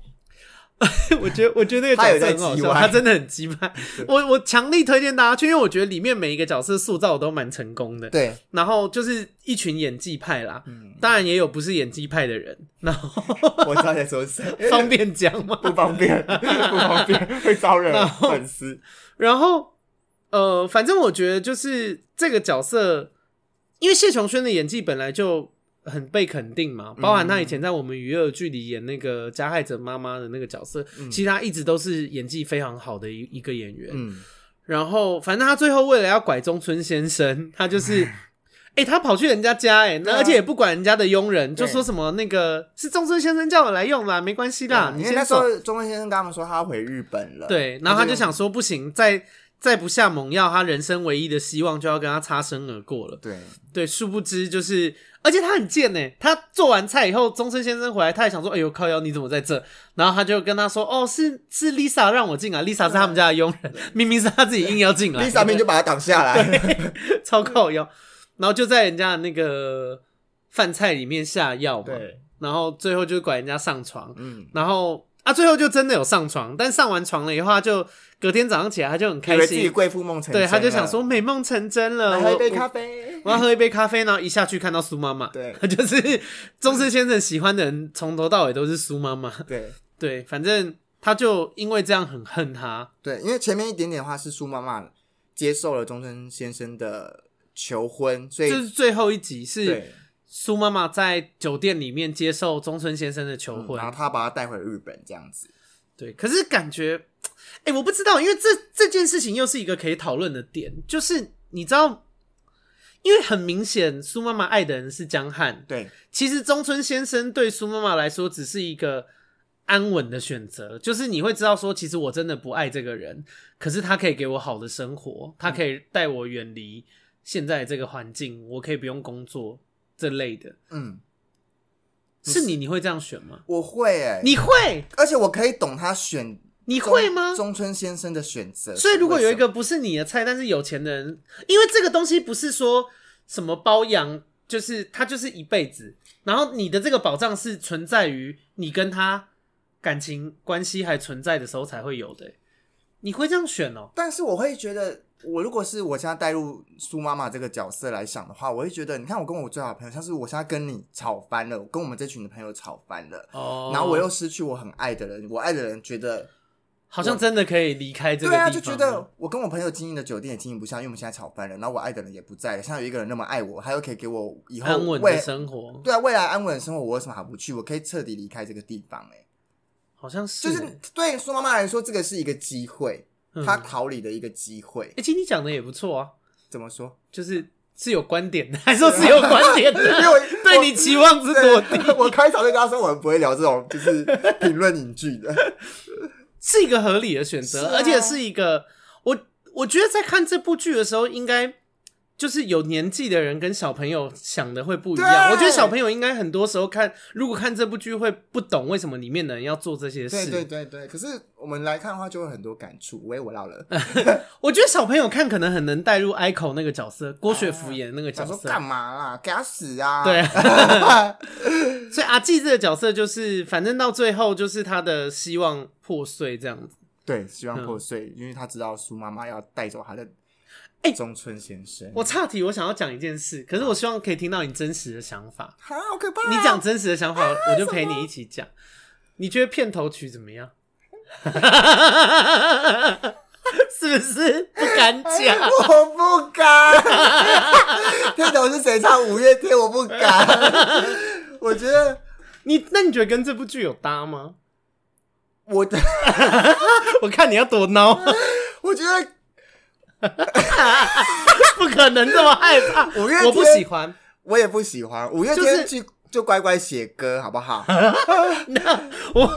我觉得，我觉得那个
他
角
有
色
在
很好
叽
笑，
歪
他真的很鸡巴。我我强力推荐大家去，因为我觉得里面每一个角色塑造的都蛮成功的。
对，
然后就是一群演技派啦，
嗯
当然也有不是演技派的 人，然后
我知道你在 说谁，
方便讲嘛。
不方 便，不方便，会招惹
然后
粉丝。
然后呃，反正我觉得就是这个角色，因为谢琼轩的演技本来就很被肯定嘛，
嗯
包含他以前在我们娱乐剧里演那个加害者妈妈的那个角色，其实他一直都是演技非常好的一一个演员。
嗯，
然后反正他最后为了要拐中村先生， 他就是， 哎、他跑去人家家、诶哎，那、
对啊
而且也不管人家的佣人，就
对
说什么那个是中村先生叫我来用啦，没关系啦，啊你
啊因为
先
那时
走。
候中文先生跟他们说他要回日本了，
对，然后他就想说不行，再再不下猛药，他人生唯一的希望就要跟他擦身而过了。
对，
对，殊不知就是，而且他很贱呢、他做完菜以后，中村先生回来，他也想说：“哎呦靠腰，你怎么在这？”然后他就跟他说：“哦，是是 Lisa 让我进来，Lisa 是他们家的佣人，明明是他自己硬要进来。”
Lisa 面就把他挡下来，
超靠腰，然后就在人家的那个饭菜里面下药嘛，
对，
然后最后就拐人家上床，
嗯，
然后啊，最后就真的有上床，但上完床了以后，他就隔天早上起来，他就很
以
开
为自己
心，
贵妇梦成真
对，
了，
他就想说美梦成真了，
来喝一
我
杯
我
咖啡，
我要喝一杯咖啡，然后一下去看到苏妈妈，
对
就是中村先生喜欢的人，从头到尾都是苏妈妈，
对
对，反正他就因为这样很恨他，
对，因为前面一点点的话是苏妈妈接受了中村先生的求婚，所
就
以
是最后一集是
对，
苏妈妈在酒店里面接受中村先生的求
嗯
婚，
然后他把他带回日本这样子，
对，可是感觉，哎、我不知道，因为这这件事情又是一个可以讨论的点，就是你知道，因为很明显苏妈妈爱的人是江汉，
对，
其实中村先生对苏妈妈来说只是一个安稳的选择，就是你会知道说，其实我真的不爱这个人，可是他可以给我好的生活，他可以带我远离现在这个环境，我可以不用工作这类的。
嗯，
是你，你会这样选吗？
我会哎，
你会，
而且我可以懂他选
你
中
会吗？
中村先生的选择，
所以如果有一
为什么
个不是你的菜，但是有钱的人，因为这个东西不是说什么包养，就是他就是一辈子，然后你的这个保障是存在于你跟他感情关系还存在的时候才会有的、欸你会这样选哦、
但是我会觉得，我如果是我现在带入苏妈妈这个角色来想的话，我会觉得，你看我跟我最好的朋友，像是我现在跟你吵翻了，我跟我们这群的朋友吵翻了，
哦
然后我又失去我很爱的人，我爱的人觉得，
好像真的可以离开这个
对
地
啊，
方，
就觉得我跟我朋友经营的酒店也经营不下，因为我们现在吵翻了，然后我爱的人也不在了，现在有一个人那么爱我，他又可以给我以后
安稳
未
的生活，
对啊，未来安稳的生活，我为什么还不去？我可以彻底离开这个地方、欸，哎，
好像是
就
欸、
是对苏妈妈来说，这个是一个机会，
嗯
她逃离的一个机会。
欸其实你讲的也不错啊，
怎么 说？
就是是有观点的，还说是有观点 的，
因为我
对你期望之多低。
对，我开场就跟他说，我们不会聊这种就是 评论影剧的。
是一个合理的选择，
是啊
而且是一个我我觉得在看这部剧的时候，应该就是有年纪的人跟小朋友想的会不一样。
对
我觉得小朋友应该很多时候看，如果看这部剧会不懂为什么里面的人要做这些
对
事。
对对对，可是我们来看的话，就会很多感触。喂，我老 了，
我觉得小朋友看可能很能带入 Ico 那个角色，郭雪芙演的那个角
啊想说
色。
干嘛啦？给他死啊！
啊对， 啊 所以阿纪这个角色就是，反正到最后就是他的希望破碎这样子。
对，希
嗯
望破碎，因为他知道苏妈妈要带走他的
哎
中村先生。
我岔题，我想要讲一件事，可是我希望可以听到你真实的想法。
啊，好可怕啊！
你讲真实的想法，我就陪你一起讲。你觉得片头曲怎么样？是不是不敢
哎
讲？
我不敢。 片头是谁唱五月天？我 不敢。我觉得
你那你觉得跟这部剧有搭吗？
我的，
我看你要多孬，
我觉得
不可能这么害怕。
五月天
我不喜欢。
我也不喜欢五月
就是
天去就乖乖写歌好不好？
那我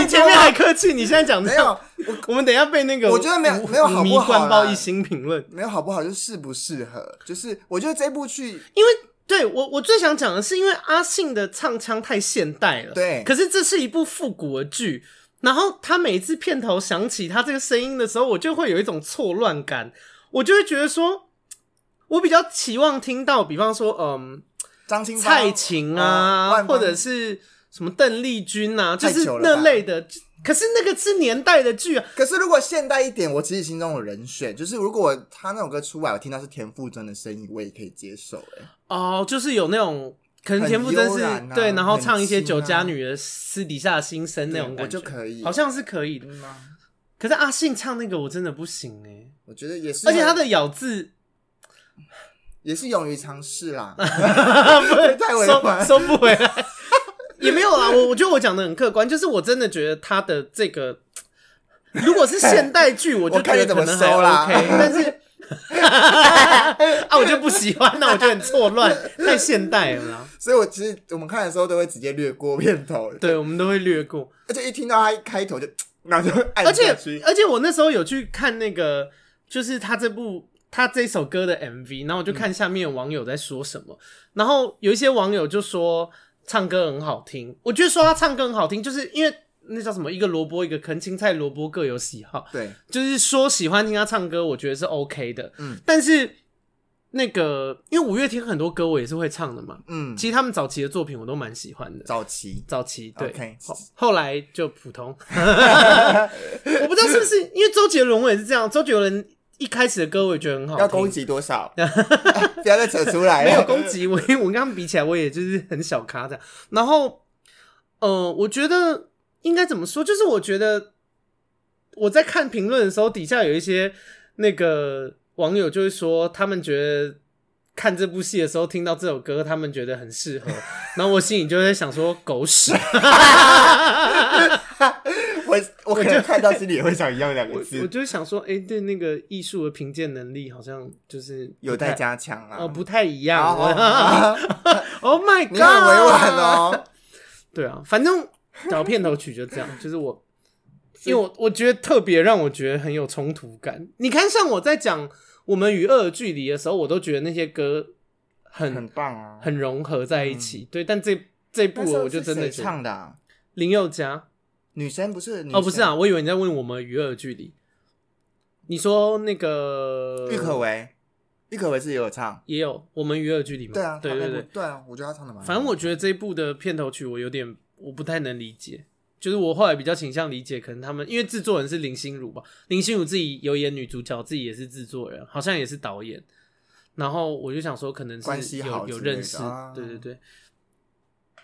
你前面还客气，你现在讲这
没
样，
有，我
我们等一下被那个
我觉得没有
五
没有好不好
五迷灌
啦
爆一星评论。
没有好不好，就是适不适合。就是我觉得这部剧
因为对我我最想讲的是，因为阿信的唱腔太现代了，
对
可是这是一部复古的剧，然后他每次片头响起他这个声音的时候，我就会有一种错乱感，我就会觉得说，我比较期望听到，比方说，嗯，
张清芳
蔡琴
呃
啊，
万芳
或者是什么邓丽君啊，就
太
是
久了吧
那类的。就可是那个是年代的剧啊，
可是如果现代一点，我其实心中有人选，就是如果他那首歌出来，我听到是田馥甄的声音，我也可以接受、欸。
哦，就是有那种可能
很
田馥甄
悠
是、
然啊
对，然后
很
唱一些
轻
酒家
啊
女的私底下的心声那
对
种感觉，
我就可以
好像是可以的。
嗯啊
可是阿信唱那个我真的不行哎、
我觉得也是，啊
而且他的咬字
也是勇于尝试 啦。 太委
收
婉
收不回来， 也没有啦。我我觉得我讲的很客观，就是我真的觉得他的这个，如果是现代剧，我就
我看
觉
你
得
怎
可
么
能还
收啦
OK，但 是。啊，我就不喜欢，那我就很错乱，太现代了啦。
所以我其实我们看的时候都会直接略过片头，
对，我们都会略过。
而且一听到他一开头就，然后就按
而
下
且
去。
而且我那时候有去看那个，就是他这部他这首歌的 MV，然后我就
嗯
看下面有网友在说什么，然后有一些网友就说唱歌很好听，我觉得说他唱歌很好听，就是因为那叫什么一个萝卜一个坑，青菜萝卜各有喜好，
对，
就是说喜欢听他唱歌，我觉得是 OK 的，
嗯，
但是那个因为五月天很多歌我也是会唱的嘛，
嗯，
其实他们早期的作品我都蛮喜欢的，
早期
早期对
OK
后后来就普通。 我不知道是不是因为周杰伦，我也是这样。周杰伦一开始的歌我也觉得很好
要
听，
攻击啊多 少？ 不要再扯出来了。
没有攻击我，因为我跟他们比起来，我也就是很小咖这样。然后，呃，我觉得应该怎么说？就是我觉得我在看评论的时候，底下有一些那个网友就会说，他们觉得看这部戏的时候听到这首歌，他们觉得很适合。然后我心里就在想说，狗屎。
我我可能看到心里也会想一样两个
我我
字，
就想说，哎、对那个艺术的评鉴能力好像就是不
有待
太
加强啊。
哦，不太一样。
好，好好
oh my god！
你很委婉。哦。
对啊，反正找片头曲就这样，就是我，因为我我觉得特别让我觉得很有冲突感。你看，像我在讲我们与恶的距离的时候，我都觉得那些歌
很
很
棒啊！
很融合在一起。对，但这这部
那时候
我就是真的
谁
觉得
唱的啊
林宥嘉。
女生不是女
哦，不是
生
啊，，我以为你在问我们娱乐距离。你说那个
郁可唯，郁可唯是也有唱。
也有我们娱乐距离嘛？
对啊，
对
她那
对
部
对。
对啊，我觉得她唱的蛮好。
反正我觉得这一部的片头曲我有点我不太能理解，就是我后来比较倾向理解，可能他们因为制作人是林心如吧，林心如自己有演女主角，自己也是制作人，好像也是导演。然后我就想说，可能
关
是
系
有
好
有
之类的
认识
啊，
对对对，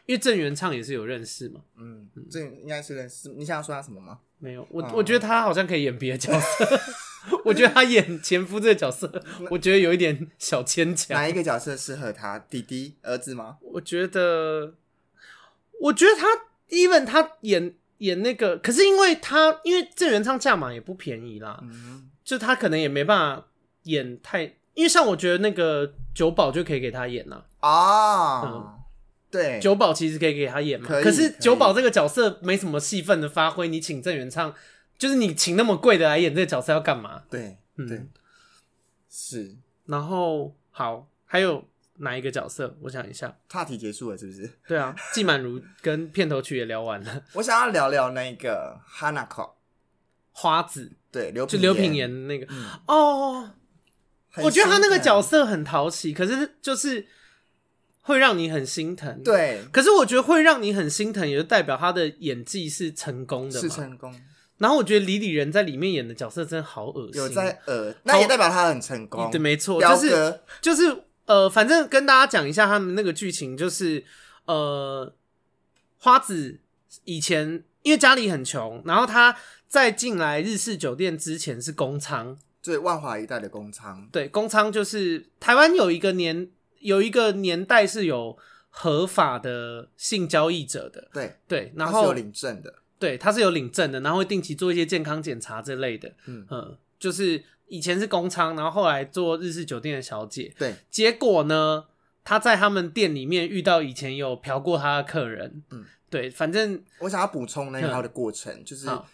因为郑元畅也是有认识嘛。
嗯，这应该是认识。你想要说她什么吗？
没有，我、
嗯
我觉得他好像可以演别的角色。 我觉得他演前夫这个角色，我觉得有一点小牵强。
哪一个角色适合她？弟弟、儿子吗？
我觉得，我觉得他 even 他演演那个，可是因为他因为郑元畅价码也不便宜啦，
嗯，
就他可能也没办法演太，因为像我觉得那个九保就可以给他演啦，嗯
啊，对，
九保其实可以给他演嘛，
可以
可是
可以
九保这个角色没什么戏份的发挥，你请郑元畅，就是你请那么贵的来演这个角色要干嘛？
对，对
嗯，
是
然后好，还有哪一个角色？我想一下，
话题结束了，是不是？
对啊， 季满如跟片头曲也聊完了，
我想要聊聊那个 Hanako，
花子
对，刘
就
品
刘品言的那个
嗯，
哦，
很
我觉得他那个
心疼
角色很讨喜，可是就是会让你很心疼。，
对
可是我觉得会让你很心疼，也就代表他的演技是成功的
是
嘛。
成功，
然后我觉得李李仁在里面演的角色真的好恶心，嗯
有在呃，那也代表他很成功。
对，没错，
彪
就
哥
是就是呃，反正跟大家讲一下他们那个剧情，就是呃，花子以前因为家里很穷，然后他在进来日式酒店之前是工仓，
对万华一带的工仓，
对，工仓就是台湾有一个年有一个年代是有合法的性交易者的，
对，
对，然
他
后
是有领证的，
对，他是有领证的，然后会定期做一些健康检查之类的，
嗯，
嗯，就是以前是工仓，然后后来做日式酒店的小姐，
对，
结果呢，他在他们店里面遇到以前有嫖过他的客人，
嗯，
对，反正
我想要补充那个
嗯
他的过程，就是
好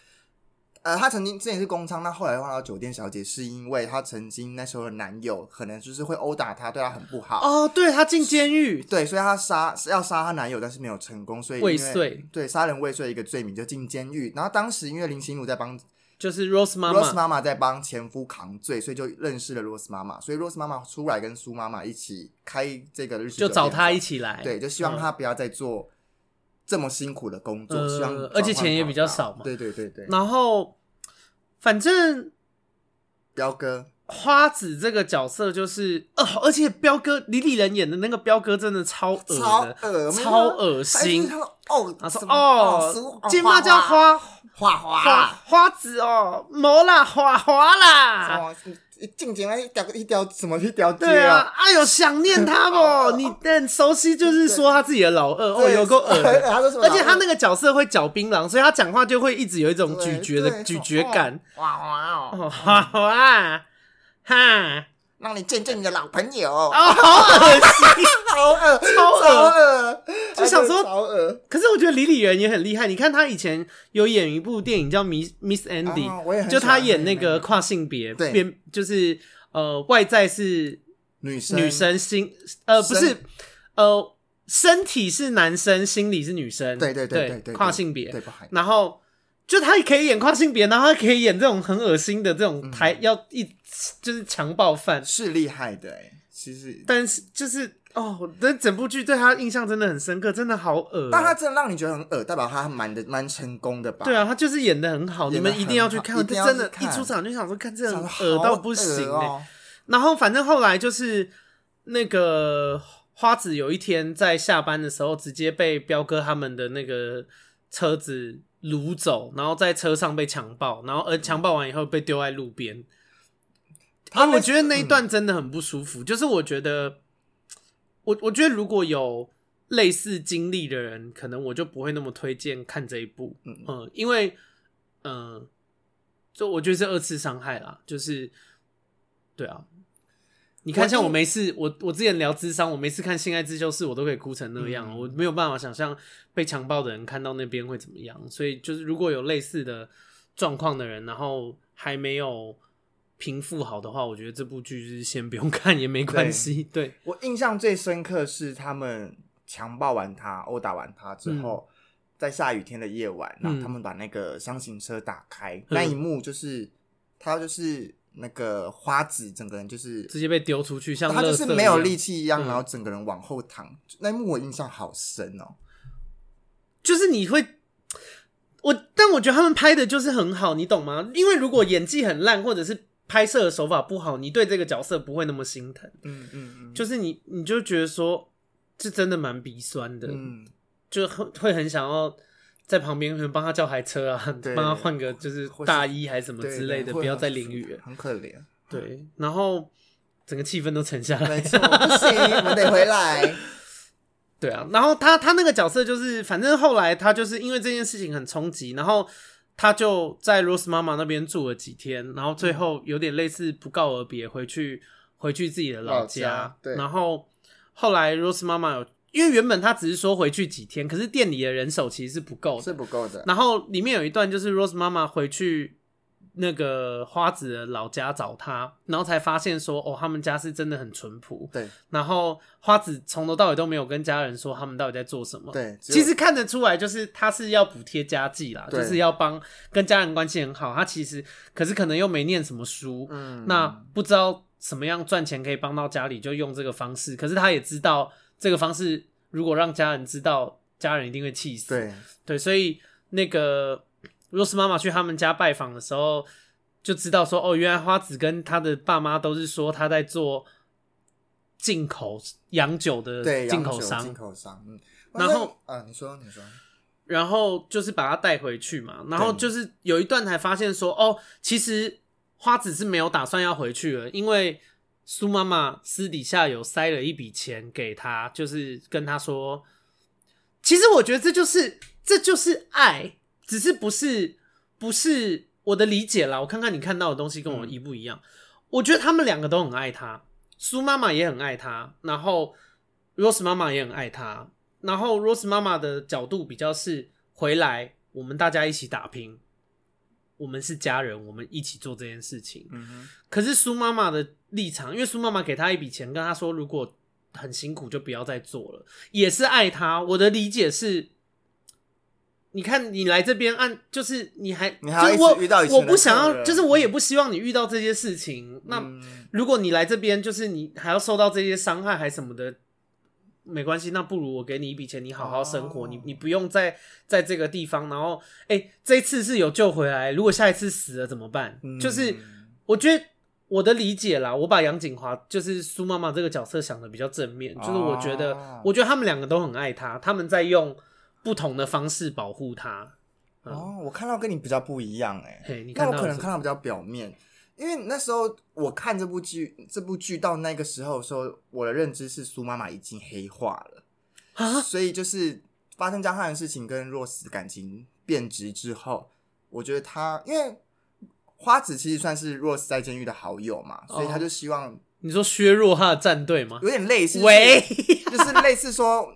呃，他曾经之前是工仓，那后来换到酒店小姐，是因为他曾经那时候的男友可能就是会殴打她，对她很不好，
哦，对他进监狱，
对，所以她杀是要杀她男友，但是没有成功，所以因
未
为
遂，
对杀人未遂一个罪名就进监狱。然后当时因为林心如在帮
就是 Rose 妈
Rose
妈，
妈妈在帮前夫扛罪，所以就认识了 Rose 妈妈，所以 Rose 妈妈出来跟苏妈妈一起开这个日式
就
酒
找
店
他
房
一起来，嗯
对，就希望他不要再做这么辛苦的工作，
呃
希望转换
而且钱也比较少嘛
跑道对对对对，
然后反正
彪哥
花子这个角色就是，哦，而且彪哥李李仁演的那个彪哥真的超恶
超
的，
恶
超恶心
他说哦，
他说
什么
哦，金妈叫花
花花
花
啦，
花子哦，没啦，花花
什
啦。
么一进前来一条一条什么一条街
对啊，，哎呦，想念 他
好
不？
恶
你很熟悉，就是说他自己的老二哦，
哦对
有够恶的。
他说什么
而且他那个角色会嚼槟榔，所以他讲话就会一直有一种
对
咀嚼
对
的咀嚼感。，
说哦花花哦，
哦，花花，哈，
让你见见你的老朋友，
哦，好恶心。
超恶，
超恶
恶，
就想说
他真的超恶。
可是我觉得李李仁也很厉害，你看他以前有演一部电影叫《Miss Miss Andy
啊》，我也很
就
喜欢
他演那
那
个
个
跨性别，
对
变就是呃外在是
女生
女生心呃不是
身
呃身体是男生，心理是女生，
对对对
对
对对对
跨性别，
对不好意思
然后就他也可以演跨性别，然后他可以演这种很恶心的这
嗯
种台、要一就是强暴犯，
是厉害的哎、其实，
但是就是哦，那整部剧对他印象真的很深刻，真的好恶、啊
但他真的让你觉得很恶，代表他蛮的蛮成功的吧？
对啊，他就是演的很好，你
演得
们一定要去看，
很好一定
他
要
真的
去，
一
看
出场就想说，看这
想
人
说好恶
恶到不行、欸
哦
然后反正后来就是那个花子有一天在下班的时候，直接被彪哥他们的那个车子掳走，然后在车上被强暴，然后而强暴完以后被丢在路边。
他嗯
啊，
那
我觉得那一段真的很不舒服，就是我觉得，我我觉得如果有类似经历的人，可能我就不会那么推荐看这一部，嗯
嗯、
因为，嗯、就我觉得是二次伤害啦，就是，对啊，你看，
我
像我
一
没事，我我之前聊智商，我每次看《性爱自修室》，我都可以哭成那样，
嗯
我没有办法想象被强暴的人看到那边会怎么样。所以，就是如果有类似的状况的人，然后还没有平复好的话，我觉得这部剧就是先不用看也没关系。对，
我印象最深刻是他们强暴完他、殴打完他之后，在下雨天的夜晚，然后他们把那个箱型车打开，那一幕就是他就是那个花子，整个人就是
直接被丢出去，像
他就
垃
是
圾
没
一
有
样
力气一样，
嗯
然后整个人往后躺。那一幕我印象好深哦。
就是你会，我但我觉得他们拍的就是很好，你懂吗？因为如果演技很烂，或者是拍摄的手法不好，你对这个角色不会那么心疼。
嗯嗯嗯，
就是你你就觉得说，这真的蛮鼻酸的，
嗯，
就很会很想要在旁边可能帮他叫台车啊，
对
帮他换个就是
或是
大衣还是什么
对
之类的，
会
不要
很
再
舒
淋
服
雨了。
很可怜。
对，然后整个气氛都沉下来
没。错，不行，我们得回来。
对啊，然后他他那个角色就是，反正后来他就是因为这件事情很冲击，然后他就在 Rose 妈妈那边住了几天，然后最后有点类似不告而别，回去 回去自己的老
老家对
然后后来 Rose 妈妈有，因为原本她只是说回去几天，可是店里的人手其实是不够的，
是不够的。
然后里面有一段就是 Rose 妈妈回去那个花子的老家找他，然后才发现说，哦，他们家是真的很淳朴。
对
然后花子从头到尾都没有跟家人说他们到底在做什么。，
对，只有
其实看得出来，就是他是要补贴家计啦，
对
就是要帮跟家人关系很好。他其实可是可能又没念什么书，
嗯
那不知道什么样赚钱可以帮到家里，就用这个方式。可是他也知道这个方式如果让家人知道，家人一定会气死。
对
对，所以那个 Rose 妈妈去他们家拜访的时候，就知道说，哦，原来花子跟他的爸妈都是说他在做进口洋酒的
对
进
洋
口
酒
商
进，口商，嗯，
然后
嗯，你说你说，
然后就是把他带回去嘛。然后
对
就是有一段才发现说，哦，其实花子是没有打算要回去了，因为。苏妈妈私底下有塞了一笔钱给他，就是跟他说，其实我觉得这就是这就是爱，只是不是不是我的理解啦。我看看你看到的东西跟我一不一样。我觉得他们两个都很爱他，苏妈妈也很爱他，然后 Rose 妈妈也很爱他。然后 Rose 妈妈的角度比较是回来，我们大家一起打拼，我们是家人，我们一起做这件事情。
嗯哼，
可是苏妈妈的立场，因为苏妈妈给她一笔钱，跟她说如果很辛苦就不要再做了，也是爱她。我的理解是，你看你来这边按，就是你还
你还要
就是我
一直遇到以前的
我不想
客
要，
人
就是我也不希望你遇到这些事情。那、
嗯
如果你来这边，就是你还要受到这些伤害还什么的，没关系，那不如我给你一笔钱，你好好生活，
哦
你你不用在在这个地方。然后，哎、这一次是有救回来，如果下一次死了怎么办？
嗯
就是我觉得我的理解啦，我把杨景华就是苏妈妈这个角色想的比较正面，
啊
就是我觉得，
哦
我觉得他们两个都很爱她，他们在用不同的方式保护她。嗯
哦，我看到跟你比较不一样哎、
嘿，你
那
看
我
到
可
了
能
什么
看到比较表面，因为那时候我看这部剧，这部剧到那个时候的时候，我的认知是苏妈妈已经黑化了，
啊？
所以就是发生江汉的事情跟若死感情变质之后，我觉得她因为花子其实算是若死在监狱的好友嘛，所以
哦
他就希望
你说削弱她的战队吗？
有点类似，
喂，
就是类似说，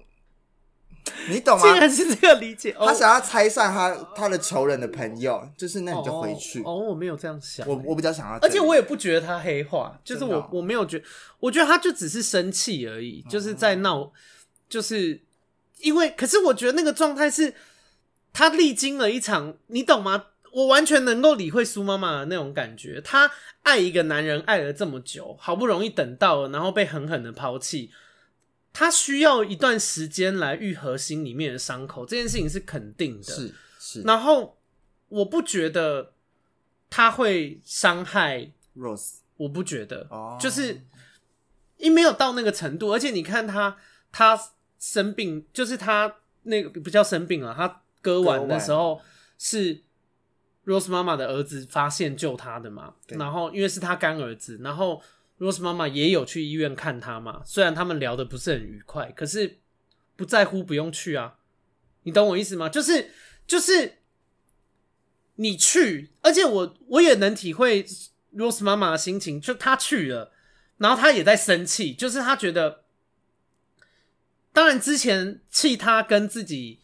你懂吗
竟？然是这个理解，哦
他想要拆散他他的仇人的朋友，就是那你就回去。
哦，哦我没有这样想。
我我比较想要
而
这样，
且我也不觉得他黑化，就是
真的哦
我我没有觉我觉得他就只是生气而已，就是
哦
在闹，就是因为，可是我觉得那个状态是，他历经了一场，你懂吗？我完全能够理会苏妈妈的那种感觉，她爱一个男人爱了这么久，好不容易等到了，然后被狠狠的抛弃，她需要一段时间来愈合心里面的伤口，这件事情是肯定的。
是是
然后我不觉得他会伤害，
Rose
我不觉得，
哦，
就是因为没有到那个程度。而且你看他，他生病，就是他那个不叫生病了，他割
割
腕
腕
的时候是 Rose 妈妈的儿子发现救他的嘛，
对
然后因为是他干儿子，然后 Rose 妈妈也有去医院看他嘛，虽然他们聊的不是很愉快，可是不在乎不用去啊，你懂我意思吗？就是就是你去，而且我我也能体会 Rose 妈妈的心情，就她去了，然后她也在生气，就是她觉得，当然之前气她跟自己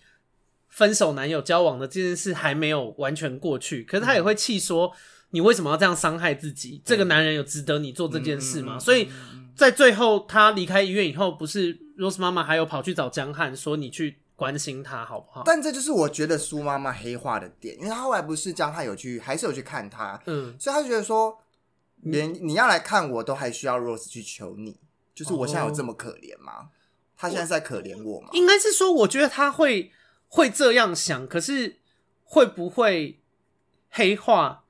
分手男友交往的这件事还没有完全过去，可是她也会气说。你为什么要这样伤害自己？这个男人有值得你做这件事吗？
嗯嗯嗯
所以
嗯嗯
在最后他离开医院以后，不是 Rose 妈妈还有跑去找江汉说你去关心他好不好？
但这就是我觉得苏妈妈黑化的点，因为她后来不是江汉有去，还是有去看他，
嗯，
所以她就觉得说，连你要来看我都还需要 Rose 去求你，就是我现在有这么可怜吗？他现在是在可怜我吗？
应该是说，哦我觉得他会会这样想，可是会不会黑化？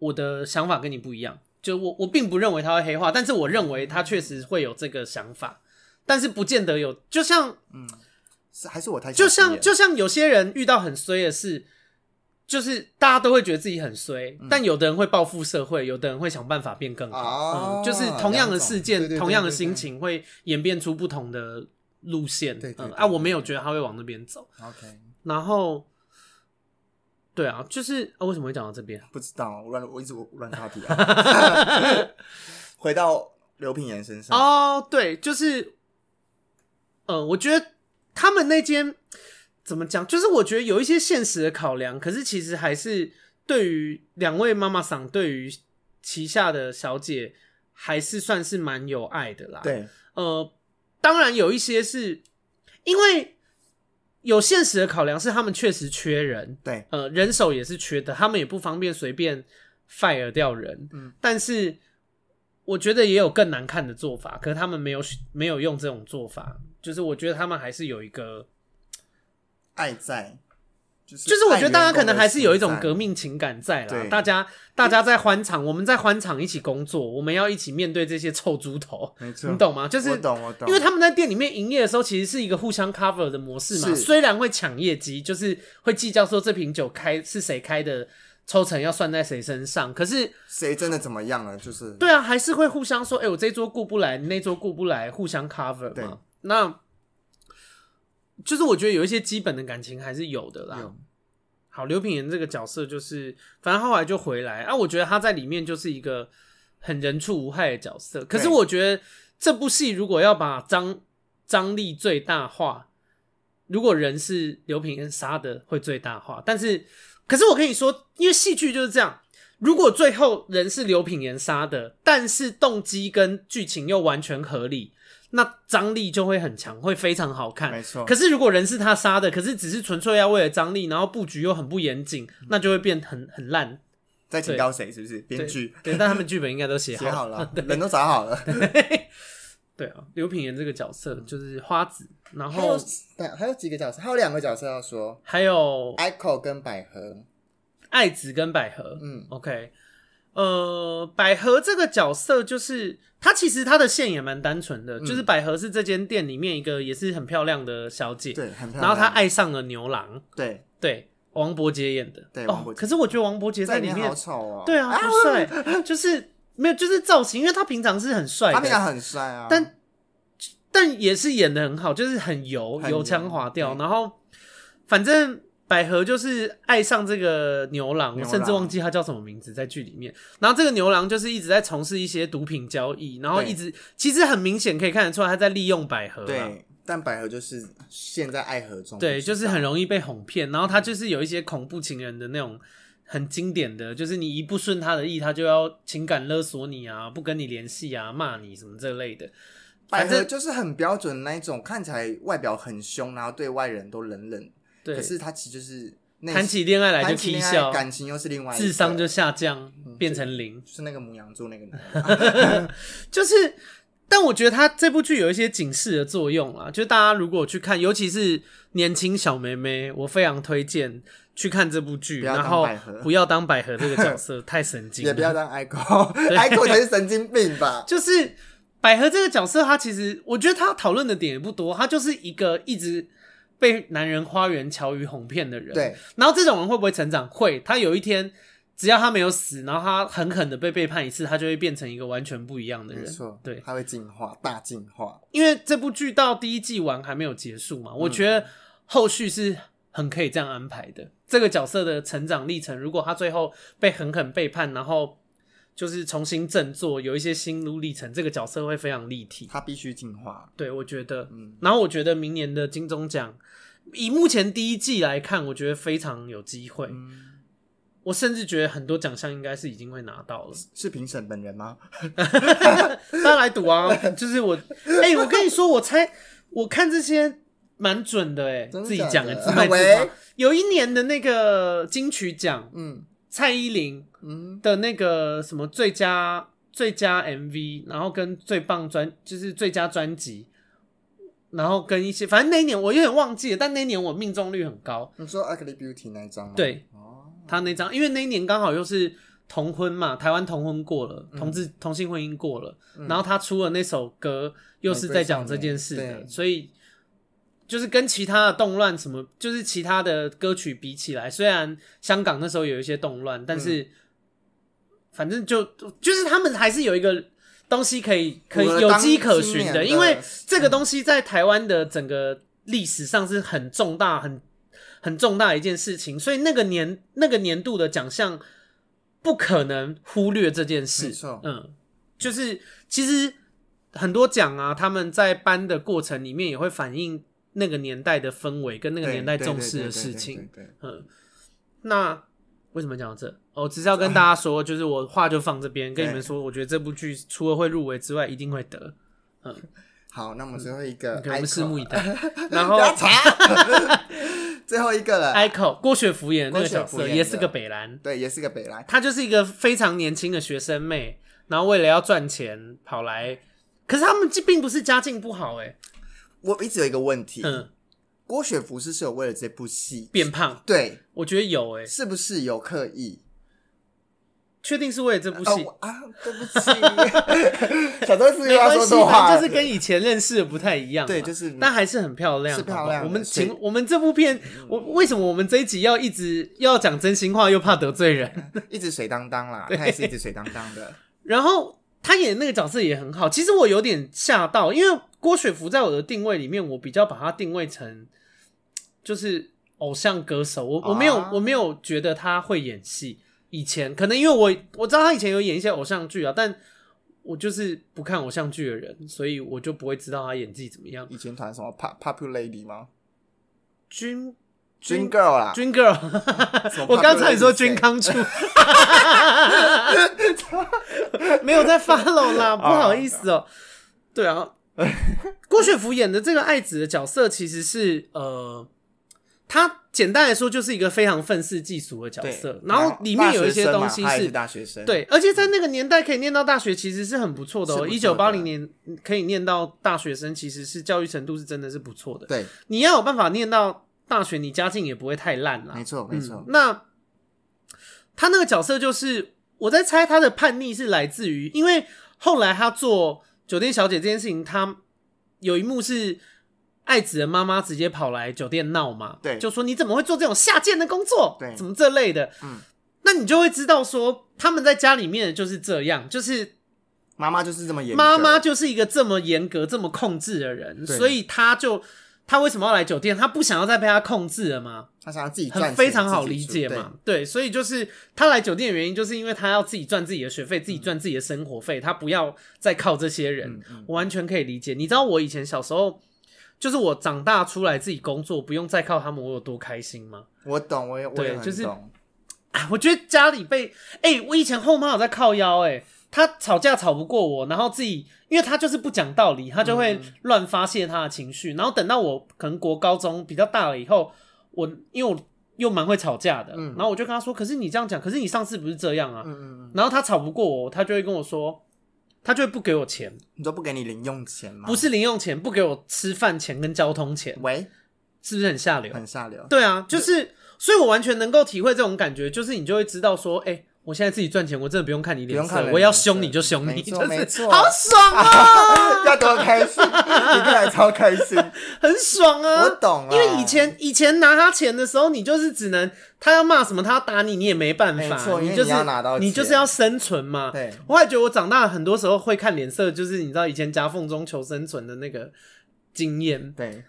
我的想法跟你不一样，就我我并不认为他会黑化，但是我认为他确实会有这个想法，但是不见得有，就像
嗯，是还是我太
就
小气
像
了
就像有些人遇到很衰的事，就是大家都会觉得自己很衰，
嗯
但有的人会报复社会，有的人会想办法变更好。
哦
嗯，就是同样的事件，
两种对对对
同样的心情，会演变出不同的路线。
对对对
嗯
对
啊，我没有觉得他会往那边走。
OK，
然后，对啊，就是啊，为什么会讲到这边？
不知道我乱我一直我乱插 题啊，回到刘品言身上，
哦，对，就是，呃，我觉得他们那间怎么讲，就是我觉得有一些现实的考量，可是其实还是对于两位妈妈桑对于旗下的小姐还是算是蛮有爱的啦。，
对，
呃，当然有一些是因为有现实的考量，是他们确实缺人，
对，
呃，人手也是缺的，他们也不方便随便 fire 掉人。
嗯，
但是我觉得也有更难看的做法，可是他们没有没有用这种做法，就是我觉得他们还是有一个，
爱在，就是
就是我觉得大
爱
家
员工
可能还是有一
的
种
心
革命情感在啦
对。
大家大家在欢场，我们在欢场一起工作，我们要一起面对这些臭猪头，
在，没错，
你懂吗？就是
啊我懂，我懂，
因为他们在店里面营业的时候，其实是一个互相 cover 的模式嘛。
是
虽然会抢业绩，就是会计较说这瓶酒开是谁开的，抽成要算在谁身上。可是，
谁真的怎么样了，就是
对啊，还是会互相说，哎、我这桌顾不来，你那桌顾不来，互相 cover
对
嘛。那就是我觉得有一些基本的感情还是有的啦。
有
好，刘品言这个角色就是，反正后来就回来啊。我觉得他在里面就是一个很人畜无害的角色。可是
对
我觉得这部戏如果要把张张力最大化，如果人是刘品言杀的，会最大化。但是，可是我跟你说，因为戏剧就是这样。如果最后人是刘品言杀的，但是动机跟剧情又完全合理，那张力就会很强，会非常好看。
没错，
可是如果人是他杀的，可是只是纯粹要为了张力，然后布局又很不严谨，那就会变很很烂。
在警告谁是不是？嗯编
对
剧
对，但他们剧本应该都写好
写好了，人都找好了，
对啊，刘品言这个角色
嗯
就是花子，然
还
后
有对还有几个角色，还有两个角色要说
还有
，Echo 跟百合，
爱子跟百合。
嗯，
OK，呃，百合这个角色就是她，其实她的线也蛮单纯
嗯
的，就是百合是这间店里面一个也是很漂亮的小姐，
对，很漂亮。
然后她爱上了牛郎，
对，
对，王伯杰演的，
对王
哦
伯，杰
可是我觉得王伯杰
在
里面
好丑哦，
对啊，不帅，就是没有，就是造型，因为他平常是很帅
他平常
的，
很帅啊，
但但也是演的很好，就是很油，
很油
油腔滑调。
对
然后反正百合就是爱上这个牛郎，
牛
我
郎
甚至忘记他叫什么名字在剧里面。然后这个牛郎就是一直在从事一些毒品交易，然后
对
一直其实很明显可以看得出来他在利用百合、啊，
对，但百合就是陷在爱河中，
对，就是很容易被哄骗。然后他就是有一些恐怖情人的那种很经典的，就是你一不顺他的意，他就要情感勒索你啊，不跟你联系啊，骂你什么这类的。
百
反
合
正
就是很标准那一种，看起来外表很凶，然后对外人都冷冷，
对
可，是他其实就是内
谈起恋爱来就
谈起
啼
恋爱
笑，
感嗯情又是另外一个
智商就下降，变
就
成零。
就是那个母羊座那个男人，
就是，但我觉得他这部剧有一些警示的作用啦。就大家如果去看，尤其是年轻小妹妹，我非常推荐去看这部剧。
不要当
然后
百合
不要当百合这个角色，太神经了。
也不 要当 Echo，Echo 才是神经病吧？
就是百合这个角色，她其实我觉得她讨论的点也不多，她就是一个一直被男人花言巧语哄骗的人。，
对，
然后这种人会不会成长？会，他有一天只要他没有死，然后他狠狠的被背叛一次，他就会变成一个完全不一样的
没
人。
错，
对，
他会进化，大进化，
因为这部剧到第一季完还没有结束嘛，我觉
嗯
得后续是很可以这样安排的。这个角色的成长历程，如果他最后被狠狠背叛，然后就是重新振作，有一些心路历程，这个角色会非常立体。
他必须进化。
对，我觉得，
嗯，
然后我觉得明年的金钟奖，以目前第一季来看，我觉得非常有机会。
嗯
我甚至觉得很多奖项应该是已经会拿到了。
是评审本人吗？
大家来赌 啊！就是我，哎、我跟你说，我猜，我看这些蛮准的、哎，
真的
自己
假
讲、
的
哎，自卖自
喂
夸。有一年的那个金曲奖，
嗯
蔡依林
嗯，
的那个什么最佳最佳 MV，然后跟最棒专就是最佳专辑，然后跟一些反正那一年我有点忘记了，但那一年我命中率很高。
你嗯说《Ugly Beauty》那一张吗？
对
哦，
他那张，因为那一年刚好又是同婚嘛，台湾同婚过了，同志同性婚姻过了，然后他出了那首歌，又是在讲这件事
玫瑰少
的，
年
所以就是跟其他的动乱什么，就是其他的歌曲比起来，虽然香港那时候有一些动乱，但是反正就就是他们还是有一个。东西可以可以
符合
有
当
迹可
今
循
年
的，
的
因为这个东西在台湾的整个历史上是很重大、很很重大一件事情，所以那个年那个年度的奖项不可能忽略这件
没
事。
错，
嗯，就是其实很多奖啊，他们在颁的过程里面也会反映那个年代的氛围跟那
那
个年代重视的事情。。嗯
对，对对对对对
嗯，那为什么讲到这？哦，只是要跟大家说，就是我话就放这边，跟你们
对
说，我觉得这部剧除了会入围之外，一定会得。
好，
嗯
那我们最后一个，。
给我们拭目以待 然后哎
不要查， 最后一个了，
Ico 郭雪芙演的那个角
郭雪
色
芙演的
也是个北兰，
对，也是个北来，
她就是一个非常年轻的学生妹，然后为了要赚钱跑来，可是他们并不是家境不好、欸，
我一直有一个问题，
嗯，
郭雪芙是不是有为了这部戏
变胖，
对，
我觉得有、欸，
是不是有刻意？
确定是为了这部
啊
戏。
我啊，对不起， 小周是不是又
没
要
关
啊说
系，
多
反
话，
正就是跟以前认识的不太一样嘛。啊
对，就是
但还是很漂亮，
是漂亮
好不好
的
我们
是
请我们这部片，我为什么我们这一集要一直要讲真心话，又怕得罪人？
一直水当当啦，他也是一直水当当的。
然后他演那个角色也很好，其实我有点吓到，因为郭雪芙在我的定位里面，我比较把她定位成就是偶像歌手，我我没有、
啊
我没有觉得她会演戏。以前可能因为我我知道她以前有演一些偶像剧啊，但我就是不看偶像剧的人，所以我就不会知道她演技怎么样。
以前团什么 Pop Pop Lady 吗
君
？Dream Girl 啦，
军 girl，
么
我刚
popular
差点说
是谁
军 康处，没有在 follow
啊
啦，不好意思哦、对 啊，郭雪芙演的这个爱子的角色其实是呃，她简单来说就是一个非常愤世嫉俗的角
对
色，然后里面有一些东西
大学生嘛他也
是
是大学生，，
对，而且在那个年代可以念到大学，其实是很不错的、哦。一
是
九
不
八
错的
零年可以念到大学生，其实是教育程度是真的是不错的。
对，
你要有办法念到大学，你家境也不会太烂啦。
没错没错
嗯，那他那个角色就是我在猜他的叛逆是来自于，因为后来他做酒店小姐这件事情，他有一幕是爱子的妈妈直接跑来酒店闹嘛，
对
就说你怎么会做这种下贱的工作，
对
怎么这类的，
嗯，
那你就会知道说他们在家里面就是这样，就是
妈妈就是这么严格，
妈妈就是一个这么严格、这么控制的人，
对
所以他就他为什么要来酒店？他不想要再被他控制了吗？
她想要自己赚
很
钱，
非常好
自己
理
出
解嘛，，对，所以就是他来酒店的原因，就是因为他要自己赚自己的学费，自己赚自己的生活费，他不要再靠这些
嗯
人，我完全可以理解。你知道我以前小时候，就是我长大出来自己工作，不用再靠他们，我有多开心吗？
对我懂，我也我
对
也很
就是
懂
啊， 我觉得家里被哎、我以前后妈有在靠腰哎、她吵架吵不过我，然后自己，因为她就是不讲道理，她就会乱发泄她的情绪，然后等到我可能国高中比较大了以后，我因为我又蛮会吵架的，然后我就跟她说，可是你这样讲，可是你上次不是这样啊，
嗯嗯嗯，
然后她吵不过我，她就会跟我说，她就会不给我钱，
你都不给你零用钱吗？
不，是零用钱，不给我吃饭钱跟交通钱，
喂，
是不是很下流？
很下流，
对啊，就是，所以我完全能够体会这种感觉，就是你就会知道说，哎、我现在自己赚钱，我真的不用看你脸
不用看
色，
人
我要凶你就凶你，
没错
就
没
是
错
好爽啊，
要多开心，你看来超开 心，
很爽啊
我。懂啊，
因为以前以前拿他钱的时候，你就是只能他要骂什么，他要打你，你也没办
没
法，
错因为
就是
你要拿到
你
钱
就是要生存嘛。
对
我也觉得我长大很多时候会看脸色，就是你知道以前夹缝中求生存的那个经验。
对，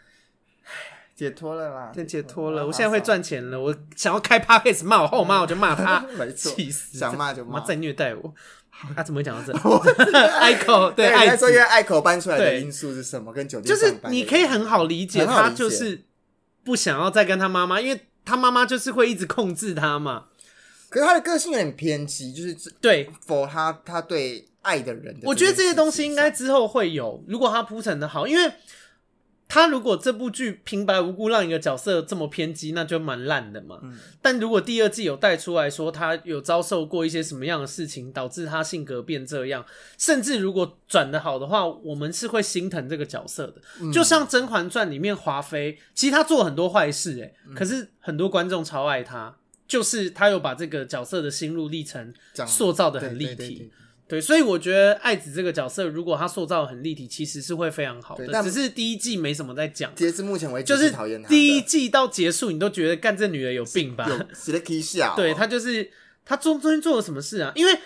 解脱了啦，
但解脱了，我现在会赚钱了。我想要开 podcast 骂我后妈，我就骂他。
没错
气死！
想骂就骂
妈在虐待 我。他、怎么会讲 到这？Ico 对
你
爱
在说因为
子，
爱口搬出来的
对
因素是什么？跟酒店
就是
上班的
你可以很好理解，
很好
他
理解
就是不想要再跟他妈妈，因为他妈妈就是会一直控制他嘛。
可是他的个性有点偏激，就是
对，
否他他对爱的人的件事情上，
我觉得这些东西应该之后会有，如果他铺陈的好，因为他如果这部剧平白无故让一个角色这么偏激，那就蛮烂的嘛。
嗯
但如果第二季有带出来说他有遭受过一些什么样的事情，导致他性格变这样，甚至如果转的好的话，我们是会心疼这个角色的。
嗯
就像《甄嬛传》里面华妃，其实她做很多坏事、欸，可是很多观众超爱她。就是他有把这个角色的心路历程
讲
塑造的
对
很立体，
对对对
对，所以我觉得爱子这个角色，如果他塑造得很立体，其实是会非常好
对
的。
但
只是第一季没什么在讲，
截至目前为止
就是
讨厌他的
第一季到结束，你都觉得干这女的有病吧？
有写的 K 下， 哦
对他就是他中中间做了什么事啊？因为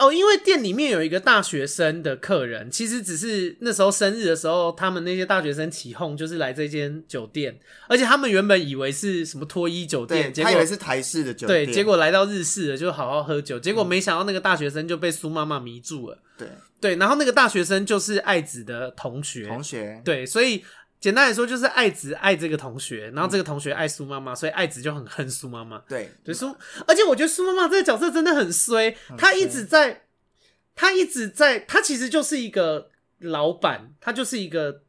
哦，因为店里面有一个大学生的客人，其实只是那时候生日的时候，他们那些大学生起哄，就是来这间酒店，而且他们原本以为是什么脱衣酒
对
店，结
他以为
果。
是台式的酒
对，
店，
结果来到日式了，就好好喝酒。结果没想到那个大学生就被苏妈妈迷住了。
对
对，然后那个大学生就是爱子的同学，
同学
对，所以简单来说，就是爱子爱这个同学，然后这
嗯
个同学爱苏妈妈，所以爱子就很恨苏妈妈。
对，
对苏，而且我觉得苏妈妈这个角色真的很衰，她一直在，她一直在，她其实就是一个老板，她就是一个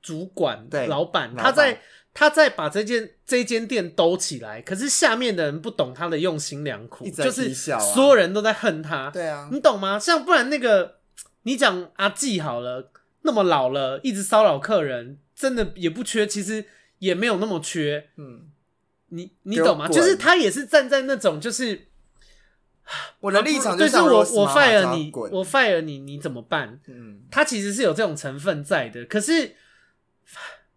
主管，
对
老板，
老
她在
板
她在把这间这间店兜起来，可是下面的人不懂她的用心良苦，
一直在
就是
讥笑啊
所有人都在恨她，
对啊，
你懂吗？像不然那个你讲阿纪好了，那么老了，一直骚扰客人，真的也不缺，其实也没有那么缺。
嗯，
你你
给我
懂吗？
滚
就是他也是站在那种就是
我的立场
啊对，是
像
我
Rose
我
妈妈
fire
叫
你，
滚
我 fire 你，你怎么办？
嗯，
他其实是有这种成分在的，可是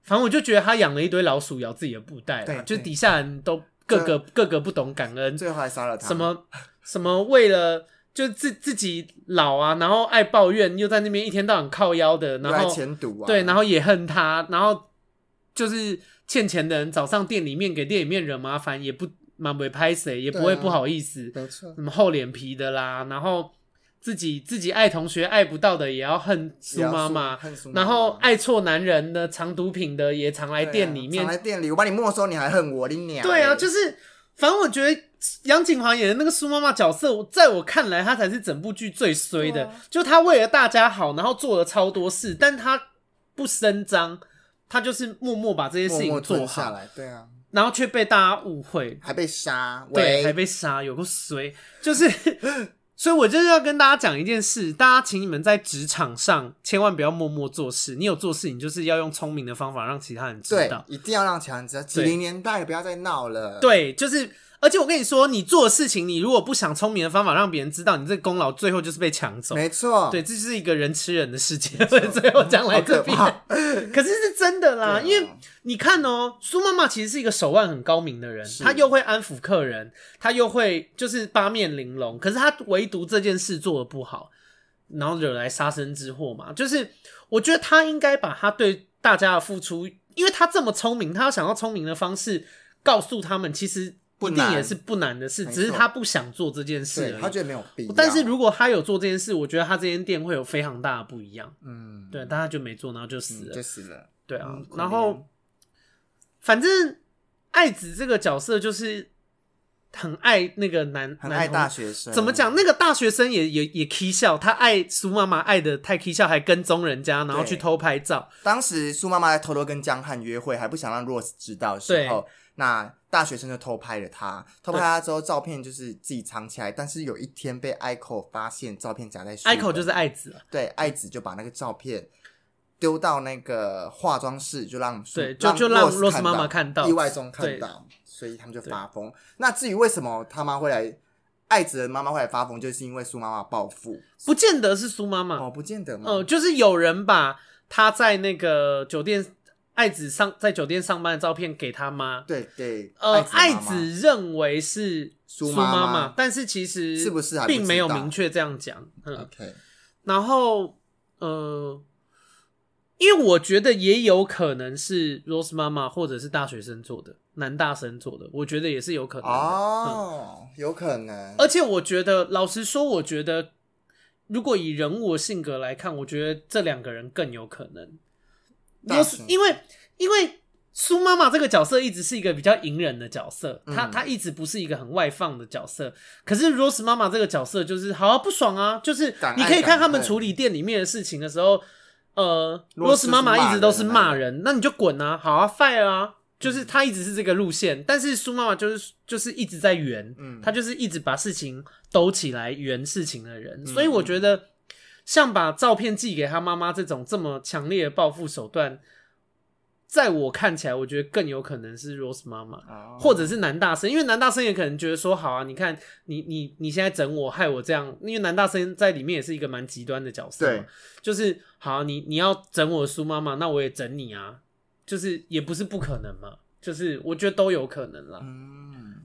反正我就觉得他养了一堆老鼠咬自己的布袋啦
对
就
对
底下人都个个个个不懂感恩，
最后还杀了他，
什？么什么为了就自自己老啊，然后爱抱怨，又在那边一天到晚靠腰的，然
来
后
前毒啊？
对，然
后
后也恨他，然后就是欠钱的人找上店里面给店里面惹麻烦，也不满尾拍谁，也不会
对啊
不好意思，
没错
什，么厚脸皮的啦，然后自己自己爱同学爱不到的也要恨苏
也要
妈
苏
妈，
恨苏妈妈
然后爱错男人的藏毒品的也常来
对啊
店里面
藏来店里，我把你没收，你还恨我，你娘嘞！
对啊，就是反正我觉得杨景华演的那个苏妈妈角色，我在我看来，她才是整部剧最衰的。
对啊
就她为了大家好，然后做了超多事，但她不声张，她就是默默把这些事
默
情
默
做
吞
好，
下来，对啊，
然后却被大家误会，
还被杀，
对，
喂
还被杀，有个衰，就是。 所以，我就是要跟大家讲一件事，大家请你们在职场上千万不要默默做事。你有做事，你就是要用聪明的方法让其他人知
对
道。，
一定要让强知道，几
对
零年代不要再闹了，，
对，就是，而且我跟你说，你做的事情，你如果不想聪明的方法让别人知道，你这功劳最后就是被抢走。
没错，
对，，这就是一个人吃人的世界。所以最后讲来
好
这
可
边，
怕，
可是是真的啦，
对啊
因为你看哦、苏妈妈其实是一个手腕很高明的人，
是
她又会安抚客人，她又会就是八面玲珑，可是她唯独这件事做的不好，然后惹来杀身之祸嘛。就是我觉得她应该把她对大家的付出，因为她这么聪明，她想要聪明的方式告诉他们，其实
不
一定
难
也是不难的事，
没
只是
错
她不想做这件事
对他
而已。
觉得没有必要，
但是如果她有做这件事，我觉得她这间店会有非常大的不一样。
嗯，
对，但她就没做，然后就死
嗯，
了。
就死了，
对啊
嗯，可
然后
怜
反正爱子这个角色就是很爱那个男，
很
男
爱
同
大学生，
怎么讲？？那个大学生也也也 k 笑，他爱苏妈妈爱的太 k 笑，还跟踪人家，然后
对
去偷拍照。
当时苏妈妈在偷偷跟江汉约会，还不想让 Rose 知道的时候，那大学生就偷拍了她。偷拍她之后，照片就是自己藏起来，但是有一天被 Ico 发现照片夹在书
爱
本
口就是爱子啊，
对爱子就把那个照片丢到那个化妆室，就让苏
对就就让
让
Rose
看
妈妈看到
意外中
对
看到，所以他们就发疯。那至于为什么他妈会来？爱子的妈妈会来发疯，就是因为苏妈妈报复
不见得是苏妈妈，
哦，不见得嘛。
呃，就是有人把他在那个酒店爱子上在酒店上班的照片给他妈。
对对，
呃，爱
爱子的妈妈
子认为是
苏
妈
妈妈
但是其实
是不是还不
并没有
知道
明确这样讲。嗯，
OK，
然后，呃，因为我觉得也有可能是 Rose 妈妈或者是大学生做的，男大生做的，我觉得也是有可能的。
哦，有可能。
而且我觉得，老实说，我觉得如果以人物的性格来看，我觉得这两个人更有可能。
大
Rose，
型
因为因为苏妈妈这个角色一直是一个比较隐忍的角色，她
嗯
她一直不是一个很外放的角色。可是 Rose 妈妈这个角色就是好、啊、不爽啊，就是
敢爱
你可以看他们
敢恨
处理店里面的事情的时候，呃
罗斯
，Rose 妈妈
是骂
一直都是
人的
骂人，那你就滚啊，好啊，fire 啊。就是她一直是这个路线，但是苏妈妈就是就是一直在圆，
嗯
她就是一直把事情兜起来圆事情的人，所以我觉得像把照片寄给他妈妈这种这么强烈的报复手段，在我看起来，我觉得更有可能是 Rose 妈妈，
哦
或者是男大生，因为男大生也可能觉得说，好啊，你看你你你现在整我，害我这样，因为男大生在里面也是一个蛮极端的角色嘛，
对
就是好啊、你你要整我苏妈妈，那我也整你啊，就是也不是不可能嘛，就是我觉得都有可能啦。
嗯，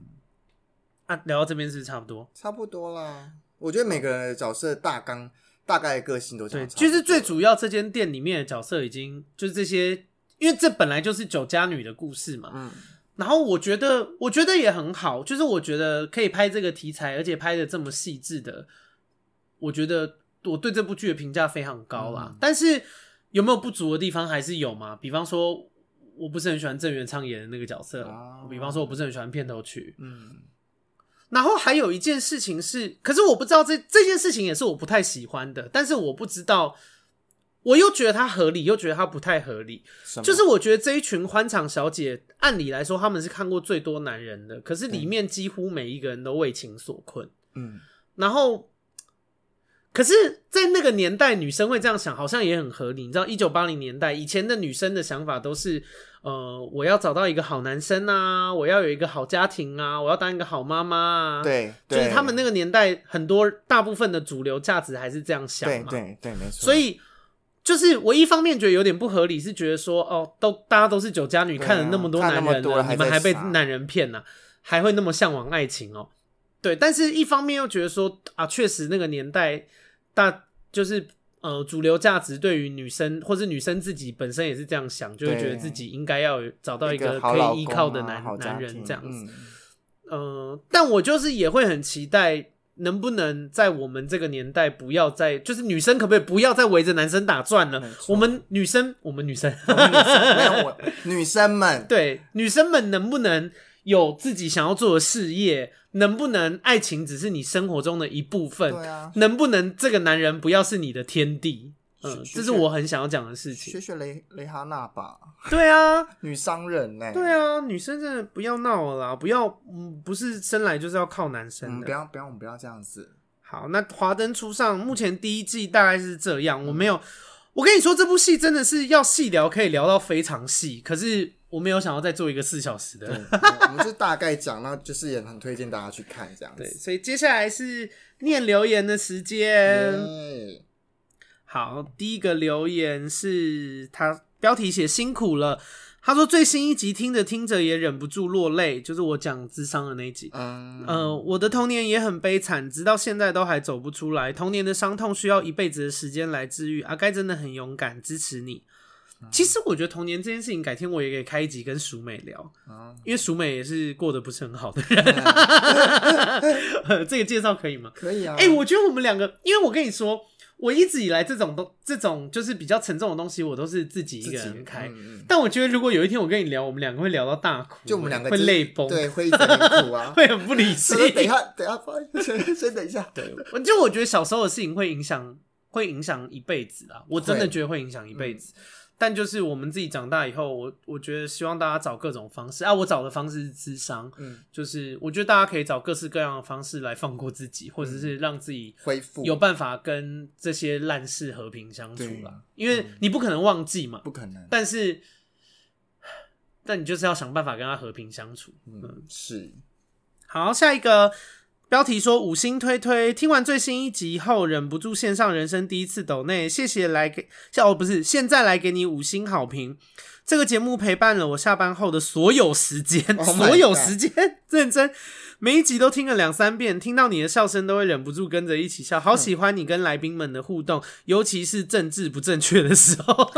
啊，聊到这边是不是差不多，
差不多啦。我觉得每个人的角色大纲、大概的个性都
对，
讲，
其实最主要这间店里面的角色已经就是这些，因为这本来就是酒家女的故事嘛，
嗯，
然后我觉得，我觉得也很好，就是我觉得可以拍这个题材，而且拍的这么细致的，我觉得我对这部剧的评价非常高啦。
嗯
但是有没有不足的地方还是有嘛？比方说，我不是很喜欢郑元畅演的那个角色，
啊
比方说我不是很喜欢片头曲。
嗯，
然后还有一件事情是，可是我不知道这这件事情也是我不太喜欢的，但是我不知道，我又觉得它合理，又觉得它不太合理。
什么
就是我觉得这一群欢场小姐，按理来说她们是看过最多男人的，可是里面几乎每一个人都为情所困。
嗯，
然后，可是，在那个年代，女生会这样想，好像也很合理。你知道，一九八零年代以前的女生的想法都是，呃，我要找到一个好男生啊，我要有一个好家庭啊，我要当一个好妈妈啊。，
对，
就是
对
他们那个年代，很多大部分的主流价值还是这样想
对
嘛。
对对，没错。
所以就是我一方面觉得有点不合理，是觉得说哦，都大家都是酒家女，
对啊
看了那么多
看
男
那
人
么多了还
你们
在
还被
傻
男人骗呢、啊还会那么向往爱情哦？对，但是一方面又觉得说啊，确实那个年代大就是。呃，主流价值对于女生，或是女生自己本身也是这样想，就会觉得
对
自己应该要有找到一
个好
可
老
以依
公
靠的
啊
男、
好家
男人
庭
这样子。
嗯
嗯，但我就是也会很期待，能不能在我们这个年代不要再，就是女生可不可以不要再围着男生打转了
嗯没？错
呃我们女生，我们女生，
我们女生没有我女生们，
对女生们能不能有自己想要做的事业？能不能爱情只是你生活中的一部分？
对啊，
能不能这个男人不要是你的天地？嗯，
学
这是我很想要讲的事
学
情。
学雷雷哈娜吧，
对 啊，
女商人呢、
对啊，女生真的不要闹了啦，不要，嗯，不是生来就是要靠男
我
生
们
的
嗯不。要不要，我们不要这样子。
好，那《华灯初上》目前第一季大概是这样，我没有，我跟你说，这部戏真的是要细聊，可以聊到非常细，可是我没有想要再做一个四小时
对，
的。
我们就大概讲，那就是也很推荐大家去看这样
对，
子。
所以接下来是念留言的时间。
嗯耶
好，第一个留言是他标题写辛苦了，他说最新一集听着听着也忍不住落泪，就是我讲智商的那一集。
嗯
呃，我的童年也很悲惨，直到现在都还走不出来。童年的伤痛需要一辈子的时间来治愈。阿该真的很勇敢，支持你。
嗯
其实我觉得童年这件事情，改天我也可以开一集跟淑美聊，
嗯
因为淑美也是过得不是很好的人。
嗯
呃 这个介绍可以吗？
可以啊。
哎、我觉得我们两个，因为我跟你说，我一直以来这种东，这种就是比较沉重的东西，我都是自己一
自
个
己
人开。
嗯嗯
但我觉得，如果有一天我跟你聊，我们两个会聊到大哭，
就我们两个
会
就是
泪崩，
对，会一直很苦啊。
会很不理性
所。以等一下，等一下，不好意思先等一下。
对，我就我觉得小时候的事情会影响，会影响一辈子啊！我真的
会嗯
觉得会影响一辈子。但就是我们自己长大以后，我我觉得希望大家找各种方式啊，我找的方式是智商，
嗯，
就是我觉得大家可以找各式各样的方式来放过自己，或者
嗯
是让自己
恢复
有办法跟这些烂事和平相处
对嗯
啦。因为你不可能忘记嘛，
不可能。
但是，但你就是要想办法跟他和平相处。
嗯， 是
好，下一个标题说五星推推，听完最新一集后，忍不住线上人生第一次抖内，谢谢来给，下哦不是，现在来给你五星好评。这个节目陪伴了我下班后的所有时间
Oh my
所有
God
时间，认真，每一集都听了两三遍，听到你的笑声都会忍不住跟着一起笑，好喜欢你跟来宾们的互动，尤其是政治不正确的时 候。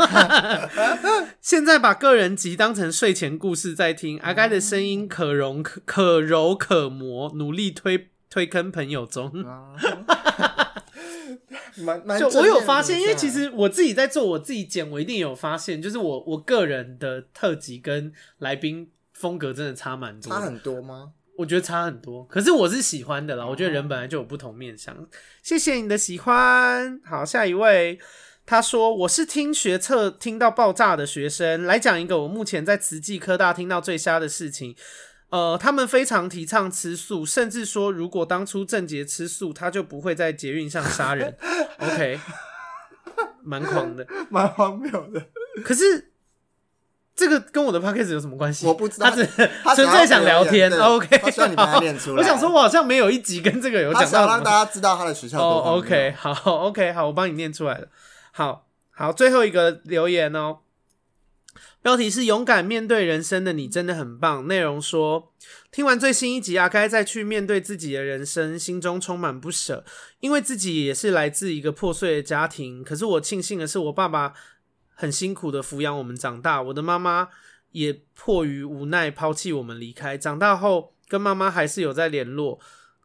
现在把个人集当成睡前故事在
哦
听，阿该的声音可容可可柔可磨，努力推推坑朋友中。
啊，蛮蛮
就
正
我有
面的
发现，因为
这样
其实我自己在做我自己剪，我一定有发现，就是我我个人的特辑跟来宾风格真的差蛮多
差
的，
很多吗？
我觉得差很多。可是我是喜欢的啦，我觉得人本来就有不同面相。谢谢你的喜欢，好，下一位。他说：“我是听学测听到爆炸的学生，来讲一个我目前在慈济科大听到最瞎的事情。呃，他们非常提倡吃素，甚至说如果当初郑杰吃素，他就不会在捷运上杀人。OK，蛮狂的。
蛮荒谬的。
可是这个跟我的 p a c k a g e 有什么关系？
我不知道
他只
他
纯
想要
粹想聊
表
天。
演对
OK，
他希望你把它练出来
我想说，我好像没有一集跟这个有
他
讲
想
到什
让
么。
大家知道他的学校多
哦
荒谬
，OK，好，OK，好，我帮你念出来了。好好，最后一个留言哦。标题是“勇敢面对人生的你真的很棒”。内容说，听完最新一集啊，该再去面对自己的人生，心中充满不舍，因为自己也是来自一个破碎的家庭。可是我庆幸的是，我爸爸很辛苦的抚养我们长大，我的妈妈也迫于无奈抛弃我们离开。长大后跟妈妈还是有在联络，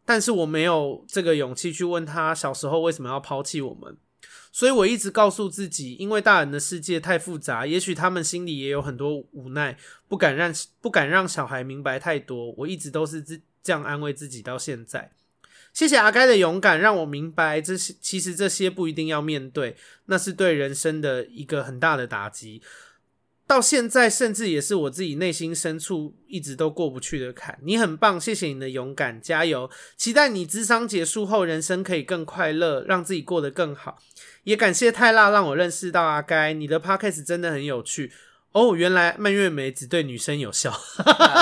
但是我没有这个勇气去问他小时候为什么要抛弃我们。所以我一直告诉自己，因为大人的世界太复杂，也许他们心里也有很多无奈，不敢让不敢让小孩明白太多。我一直都是自这样安慰自己到现在。谢谢阿该的勇敢，让我明白这些其实这些不一定要面对，那是对人生的一个很大的打击。到现在，甚至也是我自己内心深处一直都过不去的坎。你很棒，谢谢你的勇敢，加油！期待你智商结束后，人生可以更快乐，让自己过得更好。也感谢泰辣让我认识到阿该，你的 podcast 真的很有趣哦。原来蔓越莓只对女生有效，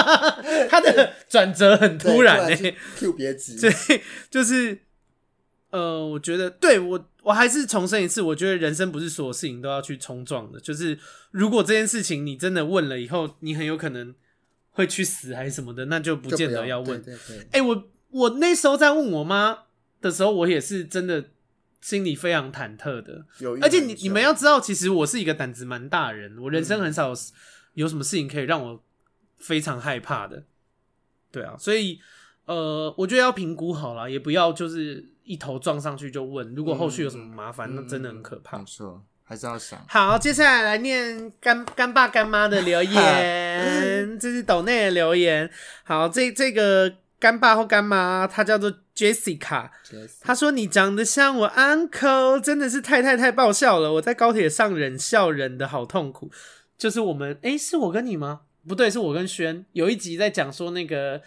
他的转折很突然欸呢、
，Q 别急，
所以就是，呃，我觉得对我，我还是重申一次，我觉得人生不是所有事情都要去冲撞的。就是如果这件事情你真的问了以后，你很有可能会去死还是什么的，那就不
就
见得
用
要问。
对对对
哎、我我那时候在问我妈的时候，我也是真的心里非常忐忑的。
犹豫
而且
很
你
久
你们要知道，其实我是一个胆子蛮大的人，我人生很少有,、有什么事情可以让我非常害怕的。对啊，所以呃，我觉得要评估好了，也不要就是一头撞上去就问。如果后续有什么麻烦，
嗯
那真的很可怕。
没错，还是要想。
好，接下来来念干干爸干妈的留言，这是抖内的留言。好，这这个干爸或干妈，他叫做 Jessica，他说：“你长得像我 uncle，真的是太太太爆笑了！我在高铁上忍笑忍的好痛苦。就是我们，诶，是我跟你吗？不对，是我跟轩。有一集在讲说那个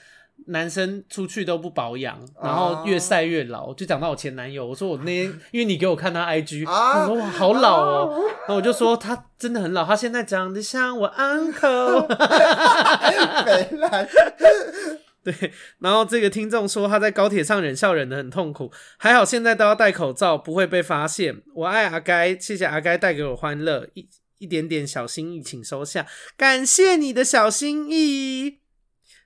男生出去都不保养，然后越晒越老，就讲到我前男友。我说我那 天，因为你给我看他 IG，
啊
我说哇，好老哦。 然后我就说他真的很老，他现在长得像我 uncle。
北兰，
对，然后这个听众说他在高铁上忍笑忍得很痛苦，还好现在都要戴口罩，不会被发现。我爱阿该，谢谢阿该带给我欢乐，一一点点小心意，请收下，感谢你的小心意。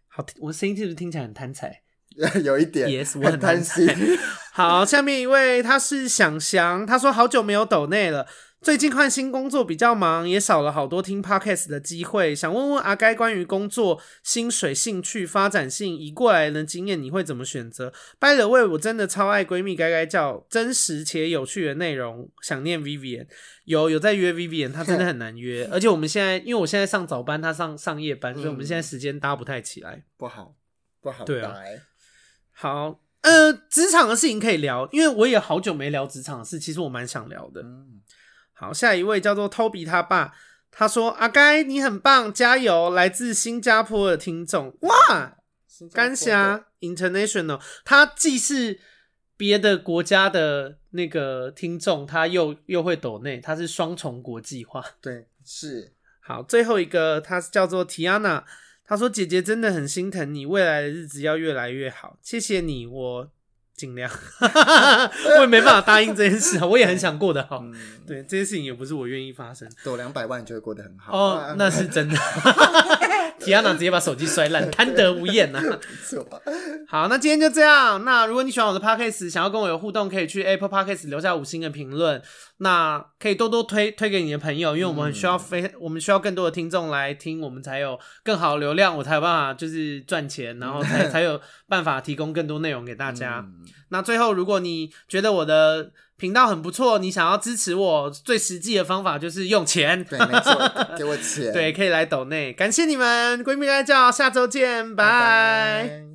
好，我声音是不是听起来很贪财？
有一点
Yes，我很
很
贪
贪心。
好，下面一位他是想翔，他说好久没有抖内了，最近换新工作比较忙，也少了好多听 podcast 的机会，想问问阿该关于工作、薪水、兴趣、发展性，以过来人的经验，你会怎么选择？By the way，我真的超爱闺蜜该该叫，真实且有趣的内容，想念 Vivian，有有在约 Vivian，她真的很难约，而且我们现在因为我现在上早班，她上上夜班，所以我们现在时间搭不太起来。
不好，不好
对啊
打欸
好，呃，职场的事情可以聊，因为我也好久没聊职场的事，其实我蛮想聊的。
嗯，
好，下一位叫做 Toby 他爸，他说：“阿该，你很棒，加油！”来自新加坡的听众，哇，
新加坡的
甘霞 International，他既是别的国家的那个听众，他又又会抖内，他是双重国际化。
对是
好，最后一个，她叫做 Tiana，她说：“姐姐真的很心疼你，未来的日子要越来越好，谢谢你，我尽 量，我也没办法答应这件事啊，我也很想过得好，
嗯，
对，这些事情也不是我愿意发生。
抖两百万就会过得很好
哦，那是真的。Tiana 直接把手机摔烂，贪得无厌呐、啊。
不错，
好，那今天就这样。那如果你喜欢我的 podcast，想要跟我有互动，可以去 Apple Podcast 留下五星的评论。那可以多多推推给你的朋友，因为我们很需要非、我们需要更多的听众来听，我们才有更好的流量，我才有办法就是赚钱，然后才才有办法提供更多内容给大家。
嗯
那最后，如果你觉得我的频道很不错，你想要支持我，最实际的方法就是用钱。
对， 没错，给我钱，
对，可以来抖内，感谢你们，闺蜜该叫，下周见，拜。
拜拜。